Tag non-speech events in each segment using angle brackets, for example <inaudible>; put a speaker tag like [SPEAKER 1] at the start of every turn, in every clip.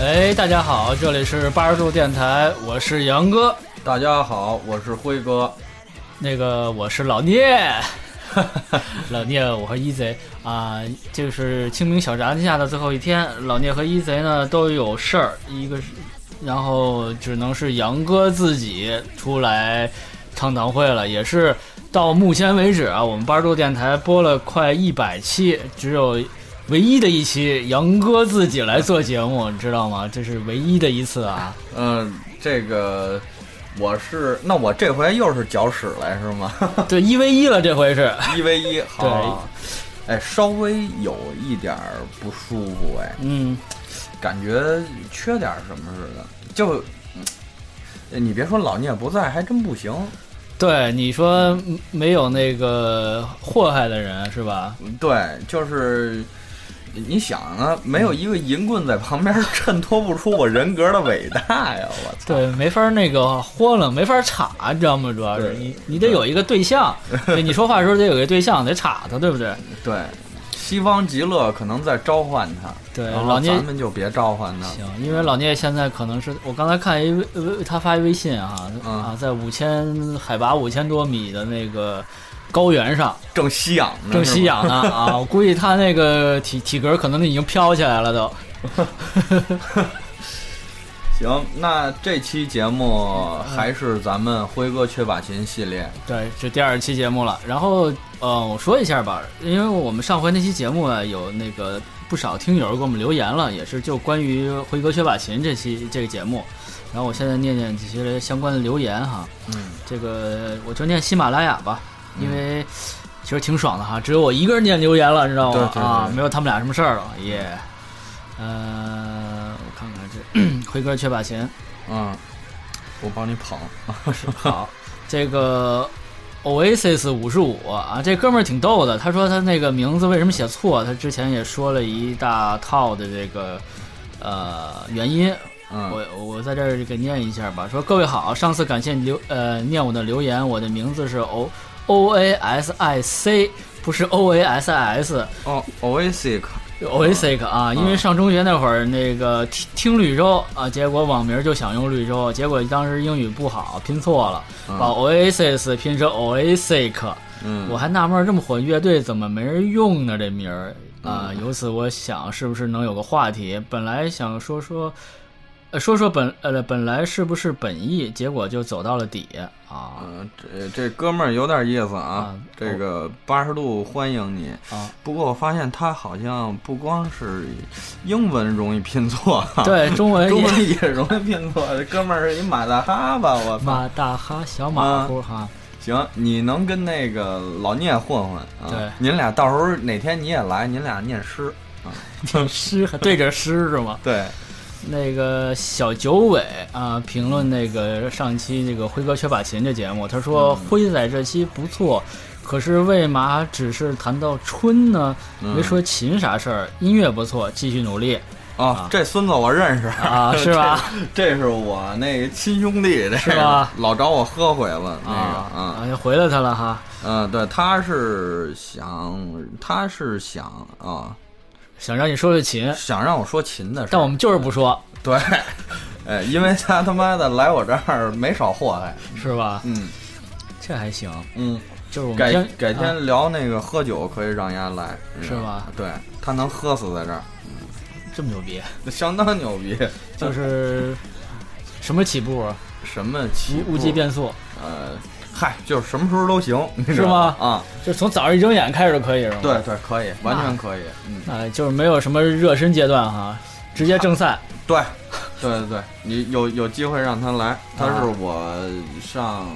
[SPEAKER 1] 哎，大家好，这里是八十度电台，我是杨哥，
[SPEAKER 2] 大家好，我是辉哥。
[SPEAKER 1] 那个我是老聂， <laughs> 老聂，我和一贼啊，就是清明小长假的最后一天，老聂和一贼呢都有事儿，一个是，然后只能是杨哥自己出来唱堂会了，也是到目前为止啊，我们八十度电台播了快一百期，只有。唯一的一期，杨哥自己来做节目，你知道吗？这是唯一的一次啊！
[SPEAKER 2] 嗯，这个我是，那我这回又是搅屎来是吗？ <laughs>
[SPEAKER 1] 对，一 v 一了，这回是。
[SPEAKER 2] 一 v 一，好。哎，稍微有一点儿不舒服，哎，
[SPEAKER 1] 嗯，
[SPEAKER 2] 感觉缺点儿什么似的。就嗯你别说老聂不在，还真不行。
[SPEAKER 1] 对，你说没有那个祸害的人是吧？
[SPEAKER 2] 对，就是你想啊，没有一个银棍在旁边，衬托不出我人格的伟大呀！我操，
[SPEAKER 1] 对，啊没法那个豁楞，没法插，你知道吗？主要是
[SPEAKER 2] 对
[SPEAKER 1] 你你得有一个对象，对你说话的时候得有一个对象，得插他，对不对？
[SPEAKER 2] 对，西方极乐可能在召唤他，
[SPEAKER 1] 对，
[SPEAKER 2] 然后
[SPEAKER 1] 老聂
[SPEAKER 2] 咱们就别召唤他。
[SPEAKER 1] 行，因为老聂现在可能是我刚才看一微微他发一微信啊、
[SPEAKER 2] 嗯
[SPEAKER 1] 啊，在五千海拔五千多米的那个高原上
[SPEAKER 2] 正吸氧呢，
[SPEAKER 1] 正吸氧呢啊，我估计他那个体体格可能已经飘起来了都。
[SPEAKER 2] 是吧。行，那这期节目还是咱们辉哥缺把琴系列。
[SPEAKER 1] 对，这第二期节目了。然后，呃，我说一下吧，因为我们上回那期节目呢，有那个不少听友给我们留言了，也是就关于《辉哥学把琴》这期这个节目。然后我现在念念这些相关的留言哈，
[SPEAKER 2] 嗯，
[SPEAKER 1] 这个我就念喜马拉雅吧，因为其实挺爽的哈，只有我一个人念留言了，你知道吗？
[SPEAKER 2] 对对对
[SPEAKER 1] 啊，没有他们俩什么事儿了，耶、呃，我看看这 <clears throat> 辉哥缺把琴，
[SPEAKER 2] 嗯，我帮你捧。
[SPEAKER 1] <laughs> 好，这个 Oasis 五十五啊，这哥们儿挺逗的。他说他那个名字为什么写错？他之前也说了一大套的这个呃原因。
[SPEAKER 2] 嗯，
[SPEAKER 1] 我我在这儿给念一下吧。说各位好，上次感谢留呃念我的留言，我的名字是 O O A S I C，不是 O A S I S。
[SPEAKER 2] 哦，Oasis，
[SPEAKER 1] Oasic 啊，因为上中学那会儿那个听听绿洲啊，结果网名就想用绿洲，结果当时英语不好拼错了，
[SPEAKER 2] 嗯
[SPEAKER 1] 把 Oasis 拼成 Oasic，
[SPEAKER 2] 嗯，
[SPEAKER 1] 我还纳闷儿这么火乐队怎么没人用呢这名儿啊、
[SPEAKER 2] 嗯
[SPEAKER 1] 由此我想是不是能有个话题，本来想说说。呃，说说本呃本来是不是本意，结果就走到了底啊
[SPEAKER 2] 嗯，这这哥们儿有点意思啊
[SPEAKER 1] 啊。
[SPEAKER 2] 这个八十度欢迎你。
[SPEAKER 1] 啊！
[SPEAKER 2] 不过我发现他好像不光是英文容易拼错，，啊
[SPEAKER 1] 对，中文
[SPEAKER 2] 中
[SPEAKER 1] 也
[SPEAKER 2] 文也容易拼错。这哥们儿是一马大哈吧？我操！
[SPEAKER 1] 马大哈小
[SPEAKER 2] 啊
[SPEAKER 1] 马虎哈，
[SPEAKER 2] 行，你能跟那个老聂混混啊？
[SPEAKER 1] 对
[SPEAKER 2] 您俩到时候哪天你也来，您俩念诗。
[SPEAKER 1] <laughs>
[SPEAKER 2] 嗯
[SPEAKER 1] 诗还对着诗是吗？
[SPEAKER 2] 对，
[SPEAKER 1] 那个小九尾啊，评论那个上期这个辉哥学把琴这节目，他说
[SPEAKER 2] 嗯
[SPEAKER 1] 辉仔这期不错，可是为嘛只是谈到春呢？
[SPEAKER 2] 嗯
[SPEAKER 1] 没说琴啥事儿，音乐不错，继续努
[SPEAKER 2] <laughs>
[SPEAKER 1] 力
[SPEAKER 2] 哦，这孙子我认识
[SPEAKER 1] 啊，是吧？
[SPEAKER 2] <laughs> 这？这是我那个亲兄弟，这
[SPEAKER 1] 是吧
[SPEAKER 2] 老找我喝回了那
[SPEAKER 1] 啊
[SPEAKER 2] 个，嗯
[SPEAKER 1] 啊，又回来他了哈，
[SPEAKER 2] 嗯，对，他是想，他是想啊，
[SPEAKER 1] 想让你说说琴，
[SPEAKER 2] 想让我说琴的事
[SPEAKER 1] 但我
[SPEAKER 2] 儿，
[SPEAKER 1] 们就是不说，
[SPEAKER 2] 对， <laughs> 哎，因为他他妈的来我这儿没少祸害，
[SPEAKER 1] 是吧？
[SPEAKER 2] 嗯
[SPEAKER 1] 这还行，
[SPEAKER 2] 嗯，
[SPEAKER 1] 就是我们
[SPEAKER 2] 改
[SPEAKER 1] 先
[SPEAKER 2] 改
[SPEAKER 1] 啊
[SPEAKER 2] 天聊那个喝酒可以让丫来，嗯
[SPEAKER 1] 是吧？
[SPEAKER 2] 对他能喝死在这儿。
[SPEAKER 1] 这么牛逼，
[SPEAKER 2] 啊相当牛逼，
[SPEAKER 1] 就是什么起步啊，
[SPEAKER 2] 什么起
[SPEAKER 1] 无无级变速，
[SPEAKER 2] 呃，嗨，就是什么时候都行，你知
[SPEAKER 1] 是
[SPEAKER 2] 道
[SPEAKER 1] 吗哦
[SPEAKER 2] 啊，
[SPEAKER 1] 就从早上一睁眼开始就可以是吗？
[SPEAKER 2] 对对，可以，完全可以，嗯，
[SPEAKER 1] 呃，就是没有什么热身阶段哈，直接正赛。
[SPEAKER 2] 对，对对对，你有有机会让他来，他
[SPEAKER 1] 啊
[SPEAKER 2] 是我上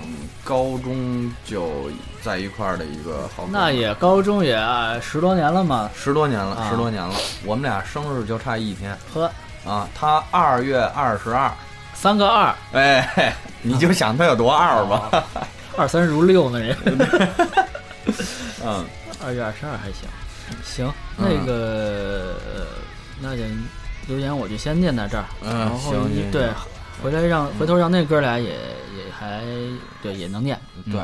[SPEAKER 2] 高中就在一块儿的一个好哥们儿，
[SPEAKER 1] 那也高中也啊十多年了嘛，
[SPEAKER 2] 十多年了，
[SPEAKER 1] 啊
[SPEAKER 2] 十多年了，我们俩生日就差一天
[SPEAKER 1] 呵，
[SPEAKER 2] 啊，他二月二十二，
[SPEAKER 1] 三个二，啊
[SPEAKER 2] 哎，嘿 <laughs> 你就想他有多二吧，
[SPEAKER 1] 二三如六呢人。
[SPEAKER 2] <laughs> 嗯，
[SPEAKER 1] 二月二十二还行，行，那个、呃那就留言我就先念到这儿，
[SPEAKER 2] 嗯
[SPEAKER 1] 然后
[SPEAKER 2] 行
[SPEAKER 1] 一
[SPEAKER 2] 行
[SPEAKER 1] 对
[SPEAKER 2] 行
[SPEAKER 1] 回来让回头让那哥俩也也还对也能念，嗯
[SPEAKER 2] 对，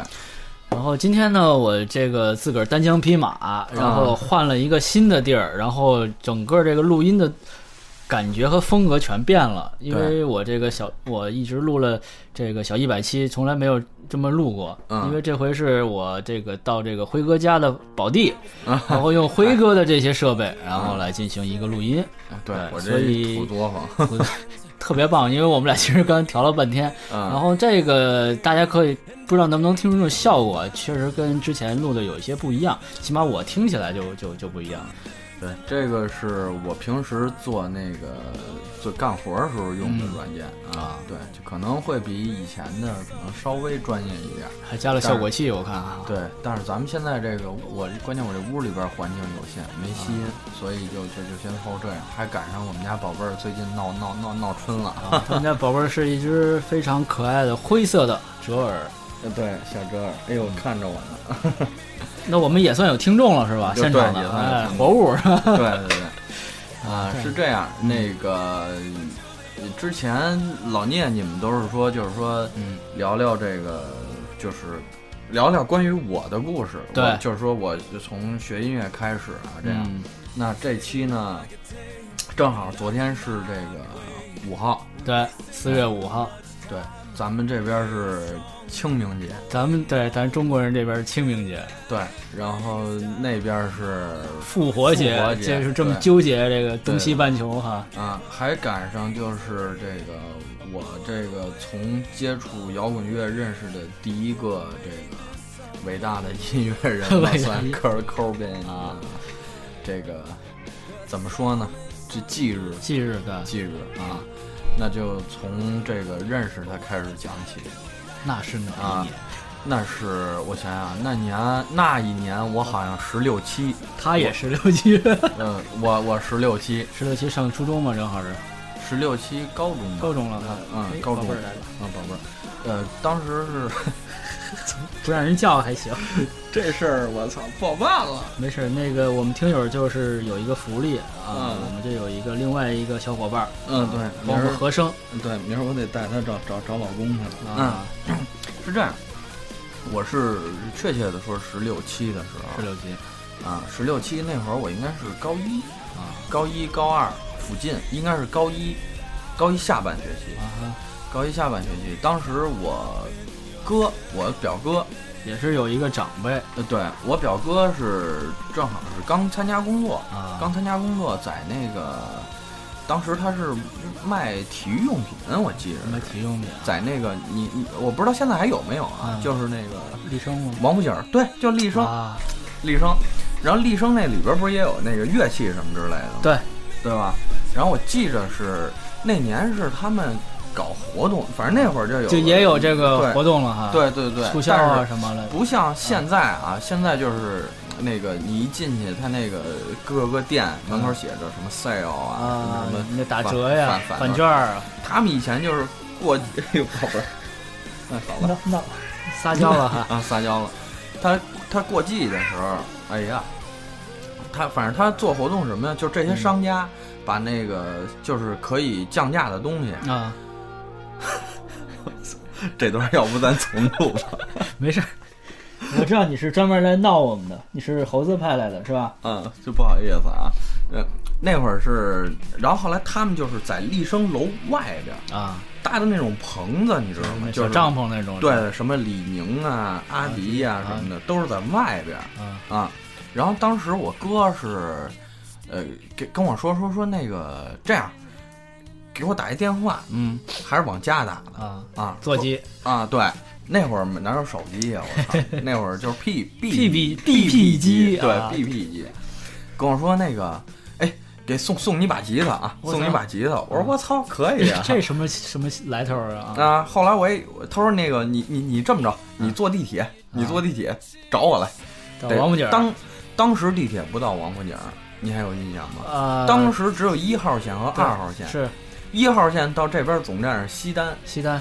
[SPEAKER 1] 然后今天呢，我这个自个儿单枪匹马，然后换了一个新的地儿，然后整个这个录音的感觉和风格全变了，因为
[SPEAKER 2] 对
[SPEAKER 1] 我这个小我一直录了这个小一百期，从来没有这么录过，
[SPEAKER 2] 嗯
[SPEAKER 1] 因为这回是我这个到这个辉哥家的宝地，
[SPEAKER 2] 嗯
[SPEAKER 1] 然后用辉哥的这些设备，然后来进行一个录
[SPEAKER 2] <laughs>
[SPEAKER 1] 音，
[SPEAKER 2] 嗯对
[SPEAKER 1] 对
[SPEAKER 2] 我
[SPEAKER 1] 所
[SPEAKER 2] 这
[SPEAKER 1] 以
[SPEAKER 2] 土作坊，
[SPEAKER 1] 我特别棒，因为我们俩其实刚调了半天，然
[SPEAKER 2] 嗯，
[SPEAKER 1] 后这个大家可以不知道能不能听出这种效果，确实跟之前录的有一些不一样，起码我听起来就就就不一样。
[SPEAKER 2] 对，嗯这个是我平时做那个做干活儿时候用的软件
[SPEAKER 1] 啊，
[SPEAKER 2] 啊对，就可能会比以前的可能稍微专业一点儿，啊
[SPEAKER 1] 还加了效果器，我看啊，
[SPEAKER 2] 对，但是咱们现在这个，我关键我这屋里边环境有限，没吸音，所以就就就先后这样。还赶上我们家宝贝儿最近闹闹闹闹春了啊！
[SPEAKER 1] 啊，他们家宝贝儿是一只非常可爱的灰色的折耳。
[SPEAKER 2] 呃对，小哲儿，哎呦，看着我呢。 <laughs>
[SPEAKER 1] 那我们也算有听众了是吧？
[SPEAKER 2] 对
[SPEAKER 1] 现场
[SPEAKER 2] 也
[SPEAKER 1] 的，
[SPEAKER 2] 算有
[SPEAKER 1] 哎，
[SPEAKER 2] 听众
[SPEAKER 1] 活物。
[SPEAKER 2] 对对对，啊，
[SPEAKER 1] <laughs> 对
[SPEAKER 2] 是这样。那个之前老聂你们都是说，就是说
[SPEAKER 1] 嗯
[SPEAKER 2] 聊聊这个，就是聊聊关于我的故事。
[SPEAKER 1] 对
[SPEAKER 2] 我就是说我就从学音乐开始啊，这样。
[SPEAKER 1] 嗯
[SPEAKER 2] 那这期呢，正好昨天是这个五号，
[SPEAKER 1] 对，四月五号，
[SPEAKER 2] 对，咱们这边是清明节，
[SPEAKER 1] 咱们对咱中国人这边是清明节、
[SPEAKER 2] 对，然后那边是
[SPEAKER 1] 复活节
[SPEAKER 2] 复活，节
[SPEAKER 1] 这是这么
[SPEAKER 2] 对
[SPEAKER 1] 纠结这个东西半球哈。
[SPEAKER 2] 啊，还赶上就是这个我这个从接触摇滚乐认识的第一个这个伟大的音乐 <laughs> 人
[SPEAKER 1] 伟
[SPEAKER 2] 吧，
[SPEAKER 1] 大
[SPEAKER 2] 算科尔科宾
[SPEAKER 1] 啊，
[SPEAKER 2] 这个怎么说呢？这忌日
[SPEAKER 1] 忌日对，
[SPEAKER 2] 忌日啊，那就从这个认识他开始讲起。
[SPEAKER 1] 那是哪一年？
[SPEAKER 2] 啊那是我想想，那年那一年我好像十六七，
[SPEAKER 1] 他也十六七，
[SPEAKER 2] 嗯，我我十六七，
[SPEAKER 1] 十六七上初中嘛，正好是
[SPEAKER 2] 十六七高中吧
[SPEAKER 1] 高中了他。
[SPEAKER 2] 嗯
[SPEAKER 1] 哎
[SPEAKER 2] 高中
[SPEAKER 1] 宝贝儿来了，
[SPEAKER 2] 啊，宝贝儿，呃，当时是
[SPEAKER 1] 不让人叫还行，
[SPEAKER 2] 这事儿，我操，报办了。
[SPEAKER 1] 没事儿。那个我们听友就是有一个福利啊
[SPEAKER 2] 嗯，
[SPEAKER 1] 我们这有一个另外一个小伙伴儿，
[SPEAKER 2] 嗯，对，
[SPEAKER 1] 包括和声
[SPEAKER 2] 对，明儿我得带她找找找老公去了。
[SPEAKER 1] 啊，
[SPEAKER 2] 嗯是这样，我是确切的说十六七的时
[SPEAKER 1] 十
[SPEAKER 2] 候
[SPEAKER 1] 六七
[SPEAKER 2] 啊，十六七那会儿我应该是高一，
[SPEAKER 1] 啊
[SPEAKER 2] 高一高二附近，应该是高一，高一下半学期
[SPEAKER 1] 啊，哈，
[SPEAKER 2] 高一下半学期，当时我哥，我表哥，
[SPEAKER 1] 也是有一个长辈
[SPEAKER 2] 呃，对我表哥是正好是刚参加工作，
[SPEAKER 1] 啊，
[SPEAKER 2] 刚参加工作，在那个当时他是卖体育用品，我记着
[SPEAKER 1] 什么体用品啊，
[SPEAKER 2] 在那个你你我不知道现在还有没有啊，
[SPEAKER 1] 嗯
[SPEAKER 2] 就是那个
[SPEAKER 1] 立生吗？
[SPEAKER 2] 王府井儿，对，就立生，
[SPEAKER 1] 啊，
[SPEAKER 2] 立生，然后立生那里边儿不是也有那个乐器什么之类的吗？
[SPEAKER 1] 对，
[SPEAKER 2] 对吧？然后我记着是那年是他们搞活动，反正那会儿就有
[SPEAKER 1] 就也有这个
[SPEAKER 2] 对
[SPEAKER 1] 活动了哈，，
[SPEAKER 2] 对对对
[SPEAKER 1] 促销
[SPEAKER 2] 但
[SPEAKER 1] 啊
[SPEAKER 2] 是
[SPEAKER 1] 什么的，
[SPEAKER 2] 不像现在啊，现在就是那个你一进去，他那个各个店门口写着什么 sale 啊，
[SPEAKER 1] 啊
[SPEAKER 2] 什么什么，，
[SPEAKER 1] 那打折呀，
[SPEAKER 2] 返返
[SPEAKER 1] 返券儿啊，
[SPEAKER 2] 他们以前就是过，哎呦，宝贝儿， <laughs> 那好了
[SPEAKER 1] 那撒娇了哈，
[SPEAKER 2] 啊，撒娇了。他他过季的时候，哎呀，他反正他做活动什么呀，就这些商家把那个就是可以降价的东西，
[SPEAKER 1] 啊，
[SPEAKER 2] <laughs> 这段要不咱重录 <laughs> 吧？
[SPEAKER 1] 没事儿。我知道你是专门来闹我们的，你是猴子派来的是吧？
[SPEAKER 2] 嗯，就不好意思啊。嗯，那会儿是，然后后来他们就是在丽生楼外边儿。
[SPEAKER 1] 啊，
[SPEAKER 2] 搭的那种棚子，你知道吗？嗯就
[SPEAKER 1] 小
[SPEAKER 2] 是
[SPEAKER 1] 帐篷那种。
[SPEAKER 2] 对，什么李宁啊、阿迪呀、
[SPEAKER 1] 啊
[SPEAKER 2] 什么的，都是在外边儿
[SPEAKER 1] 嗯，
[SPEAKER 2] 啊。然后当时我哥是，呃，给跟我说说说那个这样，给我打一电话，
[SPEAKER 1] 嗯
[SPEAKER 2] 还是往家打的
[SPEAKER 1] 啊，
[SPEAKER 2] 啊，
[SPEAKER 1] 座机
[SPEAKER 2] 啊，对。那会儿哪有手机呀、我
[SPEAKER 1] <laughs>
[SPEAKER 2] 操！那会儿就是 P B
[SPEAKER 1] P B
[SPEAKER 2] B
[SPEAKER 1] PP 机啊
[SPEAKER 2] 对 B P 机。跟我说那个，哎，给送送你把吉他啊，
[SPEAKER 1] 我操嗯
[SPEAKER 2] 送你把吉他。我说我操，可以啊！
[SPEAKER 1] <laughs> 这什么什么来头儿啊？
[SPEAKER 2] 啊，后来我也他说那个你你你这么着，
[SPEAKER 1] 嗯
[SPEAKER 2] 你坐地铁，你
[SPEAKER 1] 啊
[SPEAKER 2] 坐地铁找我来。
[SPEAKER 1] 到
[SPEAKER 2] 对
[SPEAKER 1] 王府井儿
[SPEAKER 2] 当当时地铁不到王府井儿，你还有印象吗？
[SPEAKER 1] 啊，
[SPEAKER 2] 当时只有一号线和
[SPEAKER 1] 对
[SPEAKER 2] 二号线，
[SPEAKER 1] 是
[SPEAKER 2] 一号线到这边总站是西单，
[SPEAKER 1] 西单，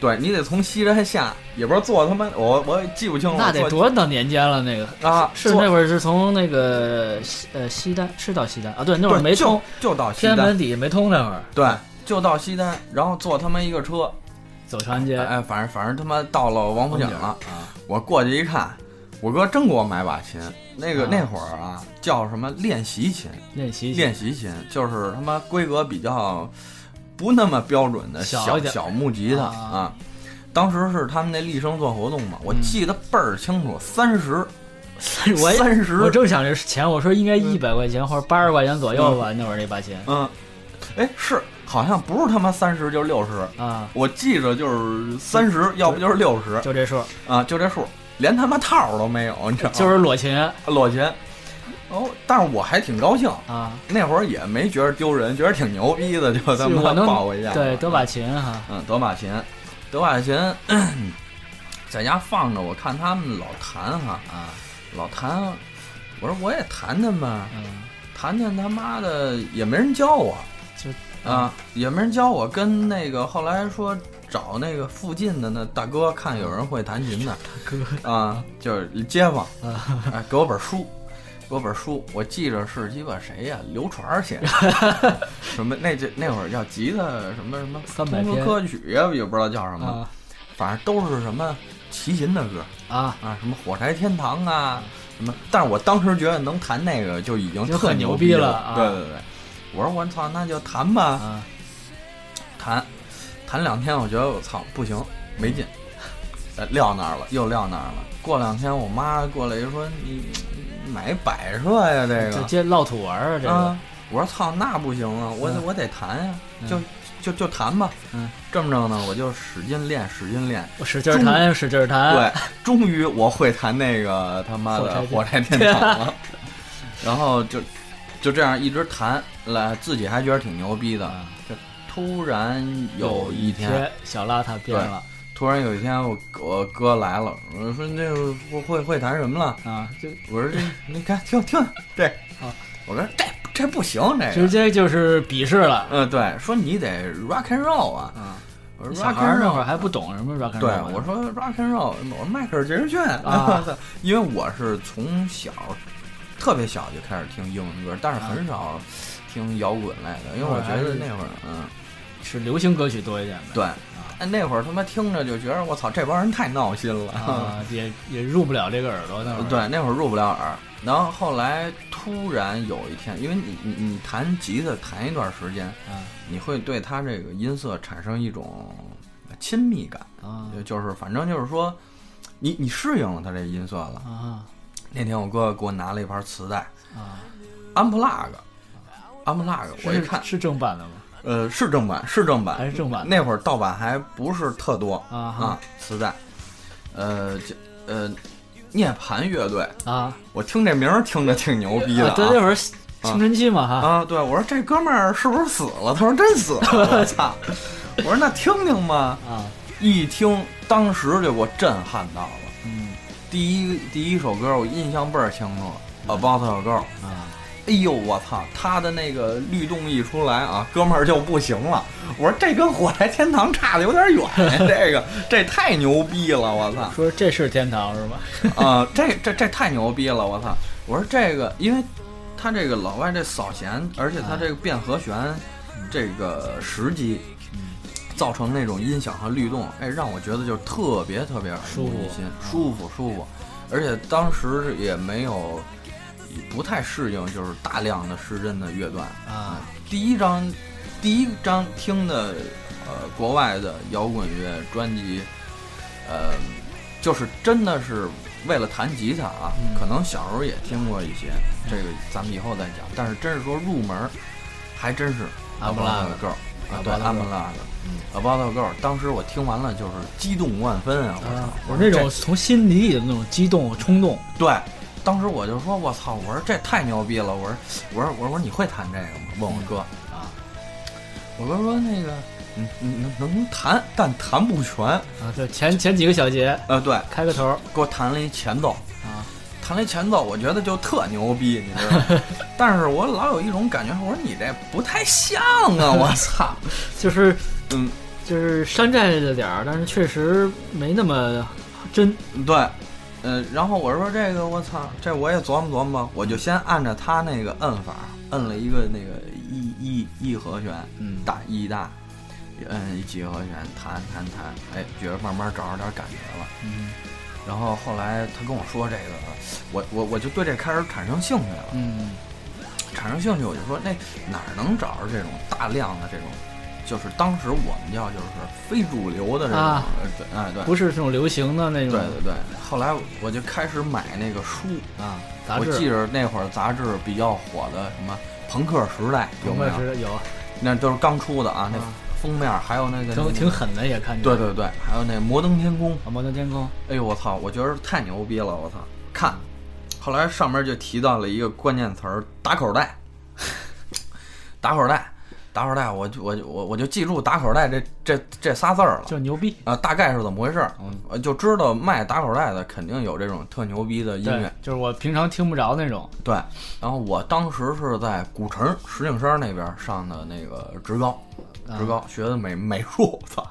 [SPEAKER 2] 对你得从西单下，也不知道坐他妈我我记不清了，
[SPEAKER 1] 那得
[SPEAKER 2] 坐
[SPEAKER 1] 多少年间了？那个
[SPEAKER 2] 啊，
[SPEAKER 1] 是
[SPEAKER 2] 坐
[SPEAKER 1] 那会儿是从那个西呃西单是到西单啊？对，那会儿
[SPEAKER 2] 对
[SPEAKER 1] 没通
[SPEAKER 2] 就，就到西
[SPEAKER 1] 天安
[SPEAKER 2] 单，
[SPEAKER 1] 门底下没通那会儿，
[SPEAKER 2] 对，就到西单，然后坐他妈一个车，哎
[SPEAKER 1] 走长安街
[SPEAKER 2] 哎，反正反正他妈到了王府井了，
[SPEAKER 1] 啊
[SPEAKER 2] 我过去一看，我哥真给我买把琴，那个、
[SPEAKER 1] 啊
[SPEAKER 2] 那会儿啊叫什么练习琴，
[SPEAKER 1] 练习一下
[SPEAKER 2] 练习琴就是他妈规格比较不那么标准的
[SPEAKER 1] 小
[SPEAKER 2] 小
[SPEAKER 1] 一点
[SPEAKER 2] 木吉他
[SPEAKER 1] 啊啊
[SPEAKER 2] 啊。当时是他们那立生做活动嘛，我
[SPEAKER 1] 嗯
[SPEAKER 2] 记得倍儿清楚，三十
[SPEAKER 1] <laughs> 我也
[SPEAKER 2] 三十
[SPEAKER 1] 我正想着钱，我说应该一百块钱或者八十块钱左右吧，那会儿那把琴
[SPEAKER 2] 嗯，哎，是好像不是他妈三十就六十，
[SPEAKER 1] 啊，
[SPEAKER 2] 我记着就是三十，要不就是六十
[SPEAKER 1] 就这数，
[SPEAKER 2] 啊，就这数，连他妈套儿都没有，你知道吗？
[SPEAKER 1] 就是裸琴
[SPEAKER 2] 裸琴。哦，但是我还挺高兴，
[SPEAKER 1] 啊，
[SPEAKER 2] 那会儿也没觉得丢人，觉得挺牛逼的，就他
[SPEAKER 1] 我
[SPEAKER 2] 妈
[SPEAKER 1] 能
[SPEAKER 2] 抱一下。
[SPEAKER 1] 对，德把啊琴哈，
[SPEAKER 2] 嗯，德玛琴，德玛琴咳在家放着，我看他们老弹哈，
[SPEAKER 1] 啊，
[SPEAKER 2] 老弹，我说我也弹弹吧，
[SPEAKER 1] 嗯，
[SPEAKER 2] 弹弹他妈的也没人教我，
[SPEAKER 1] 就
[SPEAKER 2] 啊也没人教我，跟那个后来说找那个附近的那大哥看有人会弹琴的
[SPEAKER 1] 嗯哥
[SPEAKER 2] 啊，就是街坊，
[SPEAKER 1] 啊，
[SPEAKER 2] 哎，给我本书。给我本书，我记着是鸡巴谁呀、刘传儿写的，
[SPEAKER 1] <laughs>
[SPEAKER 2] 什么那这那会儿叫吉他什么什么
[SPEAKER 1] 300
[SPEAKER 2] 通俗
[SPEAKER 1] 篇
[SPEAKER 2] 歌曲呀，也不知道叫什么，
[SPEAKER 1] 啊
[SPEAKER 2] 反正都是什么齐秦的歌
[SPEAKER 1] 啊，
[SPEAKER 2] <laughs> 啊，什么火柴天堂啊，什么。但是我当时觉得能弹那个就已经
[SPEAKER 1] 就
[SPEAKER 2] 特
[SPEAKER 1] 很牛
[SPEAKER 2] 逼
[SPEAKER 1] 逼了啊
[SPEAKER 2] 对对对，我说我操，那就弹吧，
[SPEAKER 1] 啊
[SPEAKER 2] 弹，弹两天，我觉得我操不行，没劲，呃，撂那儿了，又撂那儿了。过两天我妈过来就说你你买摆设呀，这个
[SPEAKER 1] 就接落土玩儿啊，这个
[SPEAKER 2] 啊，我说操，那不行啊，我得、
[SPEAKER 1] 嗯
[SPEAKER 2] 我得弹呀、
[SPEAKER 1] 嗯
[SPEAKER 2] 就就就弹吧。
[SPEAKER 1] 嗯，
[SPEAKER 2] 这么着呢，我就使劲练，使劲练。
[SPEAKER 1] 我使劲儿弹，使劲儿弹，
[SPEAKER 2] 对，终于我会弹那个他妈的火
[SPEAKER 1] 啊火
[SPEAKER 2] 柴天堂了，然后就就这样一直弹，来自己还觉得挺牛逼的。
[SPEAKER 1] 啊，
[SPEAKER 2] 突然有
[SPEAKER 1] 有
[SPEAKER 2] 一天，
[SPEAKER 1] 天小邋遢变了
[SPEAKER 2] 突然有一天我我哥来了，我说那个我会会弹什么了？
[SPEAKER 1] 啊，就
[SPEAKER 2] 我说这你看听听这
[SPEAKER 1] 好，
[SPEAKER 2] 我说这这不行这
[SPEAKER 1] 直
[SPEAKER 2] 个。
[SPEAKER 1] 接就是鄙视了，
[SPEAKER 2] 嗯，对，说你得 rock and roll 啊，
[SPEAKER 1] 啊，
[SPEAKER 2] 我说
[SPEAKER 1] 小
[SPEAKER 2] rock
[SPEAKER 1] 孩儿
[SPEAKER 2] and
[SPEAKER 1] 那
[SPEAKER 2] roll 啊
[SPEAKER 1] 会儿还不懂什么 rock and
[SPEAKER 2] 对
[SPEAKER 1] roll，呢，
[SPEAKER 2] 我说 rock and roll，我说迈克尔·杰克逊
[SPEAKER 1] 啊，
[SPEAKER 2] <laughs> 因为我是从小特别小就开始听英文歌，但是很少听摇滚类的，因为我觉得那会儿，嗯，
[SPEAKER 1] 是流行歌曲多一点呗，
[SPEAKER 2] 对，但那会儿他妈听着就觉得我操，这帮人太闹心了， <laughs>
[SPEAKER 1] 啊，也也入不了这个耳朵那会儿，
[SPEAKER 2] 对，那会儿入不了耳。然后后来突然有一天，因为你你你弹吉他弹一段时间，
[SPEAKER 1] 啊
[SPEAKER 2] 你会对它这个音色产生一种亲密感，
[SPEAKER 1] 啊
[SPEAKER 2] 就就是反正就是说，你你适应了它这音色了。
[SPEAKER 1] 啊
[SPEAKER 2] 那天我哥给我拿了一盘磁带
[SPEAKER 1] 啊，
[SPEAKER 2] ，unplug，unplug，我一
[SPEAKER 1] 是
[SPEAKER 2] 看，
[SPEAKER 1] 是正版的吗？
[SPEAKER 2] 呃，是正版，是正版，
[SPEAKER 1] 还是正版的
[SPEAKER 2] 那会儿盗版还不是特多
[SPEAKER 1] 啊哈
[SPEAKER 2] 啊，磁带，呃，这呃，涅槃乐队，
[SPEAKER 1] 啊，
[SPEAKER 2] 我听这名儿听着挺牛逼的
[SPEAKER 1] 啊对，那会儿青春期嘛哈，
[SPEAKER 2] 啊，对我说这哥们儿是不是死了？他说真死了，我操！我说那听听吧，
[SPEAKER 1] 啊，
[SPEAKER 2] 一听当时就给我震撼到了。
[SPEAKER 1] 嗯
[SPEAKER 2] 第一第一首歌我印象倍儿清楚，About a Girl。
[SPEAKER 1] 啊，
[SPEAKER 2] 哎呦，我操！他的那个律动一出来啊，哥们儿就不行了。我说这跟火柴天堂差的有点远，这个这太牛逼了，我操！
[SPEAKER 1] 说这是天堂是吧？
[SPEAKER 2] 啊、这这这太牛逼了，我操！我说这个，因为他这个老外这扫弦，而且他这个变和弦，这个时机，造成那种音响和律动，哎，让我觉得就特别特别耳目一新，舒服舒服，而且当时也没有。不太适应，就是大量的失真的乐段
[SPEAKER 1] 啊。
[SPEAKER 2] 第一张，第一张听的，呃，国外的摇滚乐专辑，呃，就是真的是为了弹吉他啊，可能小时候也听过一些，这个咱们以后再讲。但是真是说入门儿，还真是
[SPEAKER 1] 阿布拉的
[SPEAKER 2] About a Girl 啊，对，
[SPEAKER 1] About a
[SPEAKER 2] 阿布拉的。About a Girl，当时我听完了就是激动万分啊！我操
[SPEAKER 1] 啊，，我那种
[SPEAKER 2] 这
[SPEAKER 1] 从心底里的那种激动冲动，
[SPEAKER 2] 对，当时我就说我操，我说这太牛逼了！我说我说我说我说你会弹这个吗？问我哥
[SPEAKER 1] 啊，
[SPEAKER 2] 我哥说那个嗯嗯能能弹，但弹不全。
[SPEAKER 1] 啊，对，前前几个小节
[SPEAKER 2] 呃，对，
[SPEAKER 1] 开个头儿
[SPEAKER 2] 给我弹了一前奏，
[SPEAKER 1] 啊，
[SPEAKER 2] 弹了一前奏，我觉得就特牛逼，你
[SPEAKER 1] <laughs>
[SPEAKER 2] 知道吗？但是我老有一种感觉，我说你这不太像
[SPEAKER 1] <laughs>
[SPEAKER 2] 啊！我操，
[SPEAKER 1] 就是
[SPEAKER 2] 嗯，
[SPEAKER 1] 就是山寨了点儿，但是确实没那么真
[SPEAKER 2] 对，呃，然后我说这个我操，这我也琢磨琢磨吧，我就先按照他那个摁法，摁了一个那个 E E E 和弦，
[SPEAKER 1] 嗯
[SPEAKER 2] 大 E 大，嗯摁一 G 和弦，弹弹弹，哎，觉得慢慢找着点感觉了。
[SPEAKER 1] 嗯
[SPEAKER 2] 然后后来他跟我说这个，我我我就对这开始产生兴趣了，
[SPEAKER 1] 嗯
[SPEAKER 2] 产生兴趣我就说那哪儿能找着这种大量的这种，就是当时我们叫就是非主流的这种，
[SPEAKER 1] 啊
[SPEAKER 2] 呃对，哎对，
[SPEAKER 1] 不是这种流行的那
[SPEAKER 2] 对
[SPEAKER 1] 种
[SPEAKER 2] 对对。后来我就开始买那个书，
[SPEAKER 1] 啊杂
[SPEAKER 2] 我
[SPEAKER 1] 志，
[SPEAKER 2] 记着那会儿杂志比较火的什么《朋克时代》有啊没
[SPEAKER 1] 有
[SPEAKER 2] 有？
[SPEAKER 1] 有，
[SPEAKER 2] 那都是刚出的啊，那
[SPEAKER 1] 啊
[SPEAKER 2] 封面还有那个
[SPEAKER 1] 挺挺狠的也看见。
[SPEAKER 2] 对对对，还有那《摩登天空》。
[SPEAKER 1] 啊，摩登天空，
[SPEAKER 2] 哎呦我操，我觉得太牛逼了，我操！看，后来上面就提到了一个关键词儿“打口袋”， <laughs> 打口袋，打口袋，我就我就我我就记住“打口袋这”这这仨字儿了。
[SPEAKER 1] 就是牛逼。
[SPEAKER 2] 啊、大概是怎么回事儿？我就知道卖打口袋的肯定有这种特牛逼的音
[SPEAKER 1] 对
[SPEAKER 2] 乐，，
[SPEAKER 1] 就是我平常听不着那种。
[SPEAKER 2] 对。然后我当时是在古城石景山那边上的那个职高，
[SPEAKER 1] 啊
[SPEAKER 2] 职高学的美美术，我操，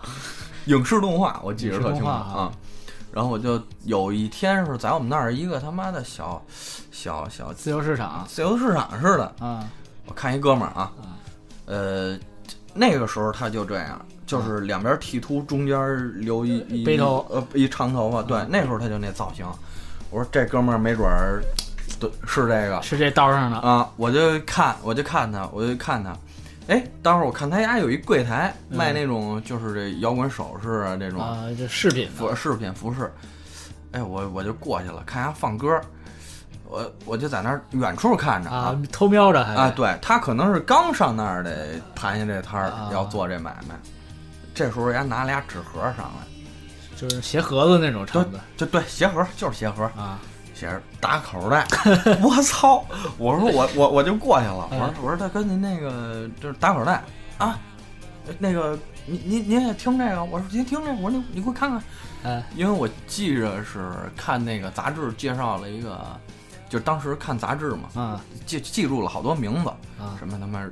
[SPEAKER 2] 影视动画，我记
[SPEAKER 1] 影
[SPEAKER 2] 着
[SPEAKER 1] 视
[SPEAKER 2] 特
[SPEAKER 1] 动
[SPEAKER 2] 清楚
[SPEAKER 1] 画
[SPEAKER 2] 啊。然后我就有一天是在我们那儿一个他妈的小小小
[SPEAKER 1] 自由市场
[SPEAKER 2] 自由市场似的，
[SPEAKER 1] 啊，
[SPEAKER 2] 我看一哥们儿啊，呃，那个时候他就这样，就是两边剃秃，中间留一一
[SPEAKER 1] 啊背头啊
[SPEAKER 2] 呃一长头发，对，那时候他就那造型。我说这哥们儿没准儿，对，是这个，
[SPEAKER 1] 是这道上的，
[SPEAKER 2] 啊，我就看，我就看他，我就看他。哎，当时我看他家有一柜台卖那种就是这摇滚首饰啊这种
[SPEAKER 1] 嗯啊，这饰品的
[SPEAKER 2] 服饰品服饰。哎，我我就过去了，看他放歌，我我就在那儿远处看着
[SPEAKER 1] 啊，偷瞄着还
[SPEAKER 2] 啊，对他可能是刚上那儿得盘下这摊儿
[SPEAKER 1] 啊
[SPEAKER 2] 要做这买卖，这时候人家拿俩纸盒上来，
[SPEAKER 1] 就是鞋盒子那种
[SPEAKER 2] 对
[SPEAKER 1] 厂子，
[SPEAKER 2] 就对鞋盒就是鞋盒，
[SPEAKER 1] 啊，
[SPEAKER 2] 写着打口袋， <laughs> 我操！我说我我我就过去了，我说我说大哥您那个就是打口袋啊，那个您您您也听这个，我说您听这个，我说你你给我看看，
[SPEAKER 1] 哎，
[SPEAKER 2] 因为我记着是看那个杂志介绍了一个，就是当时看杂志嘛，
[SPEAKER 1] 啊
[SPEAKER 2] 记记住了好多名字，
[SPEAKER 1] 啊
[SPEAKER 2] 什么他妈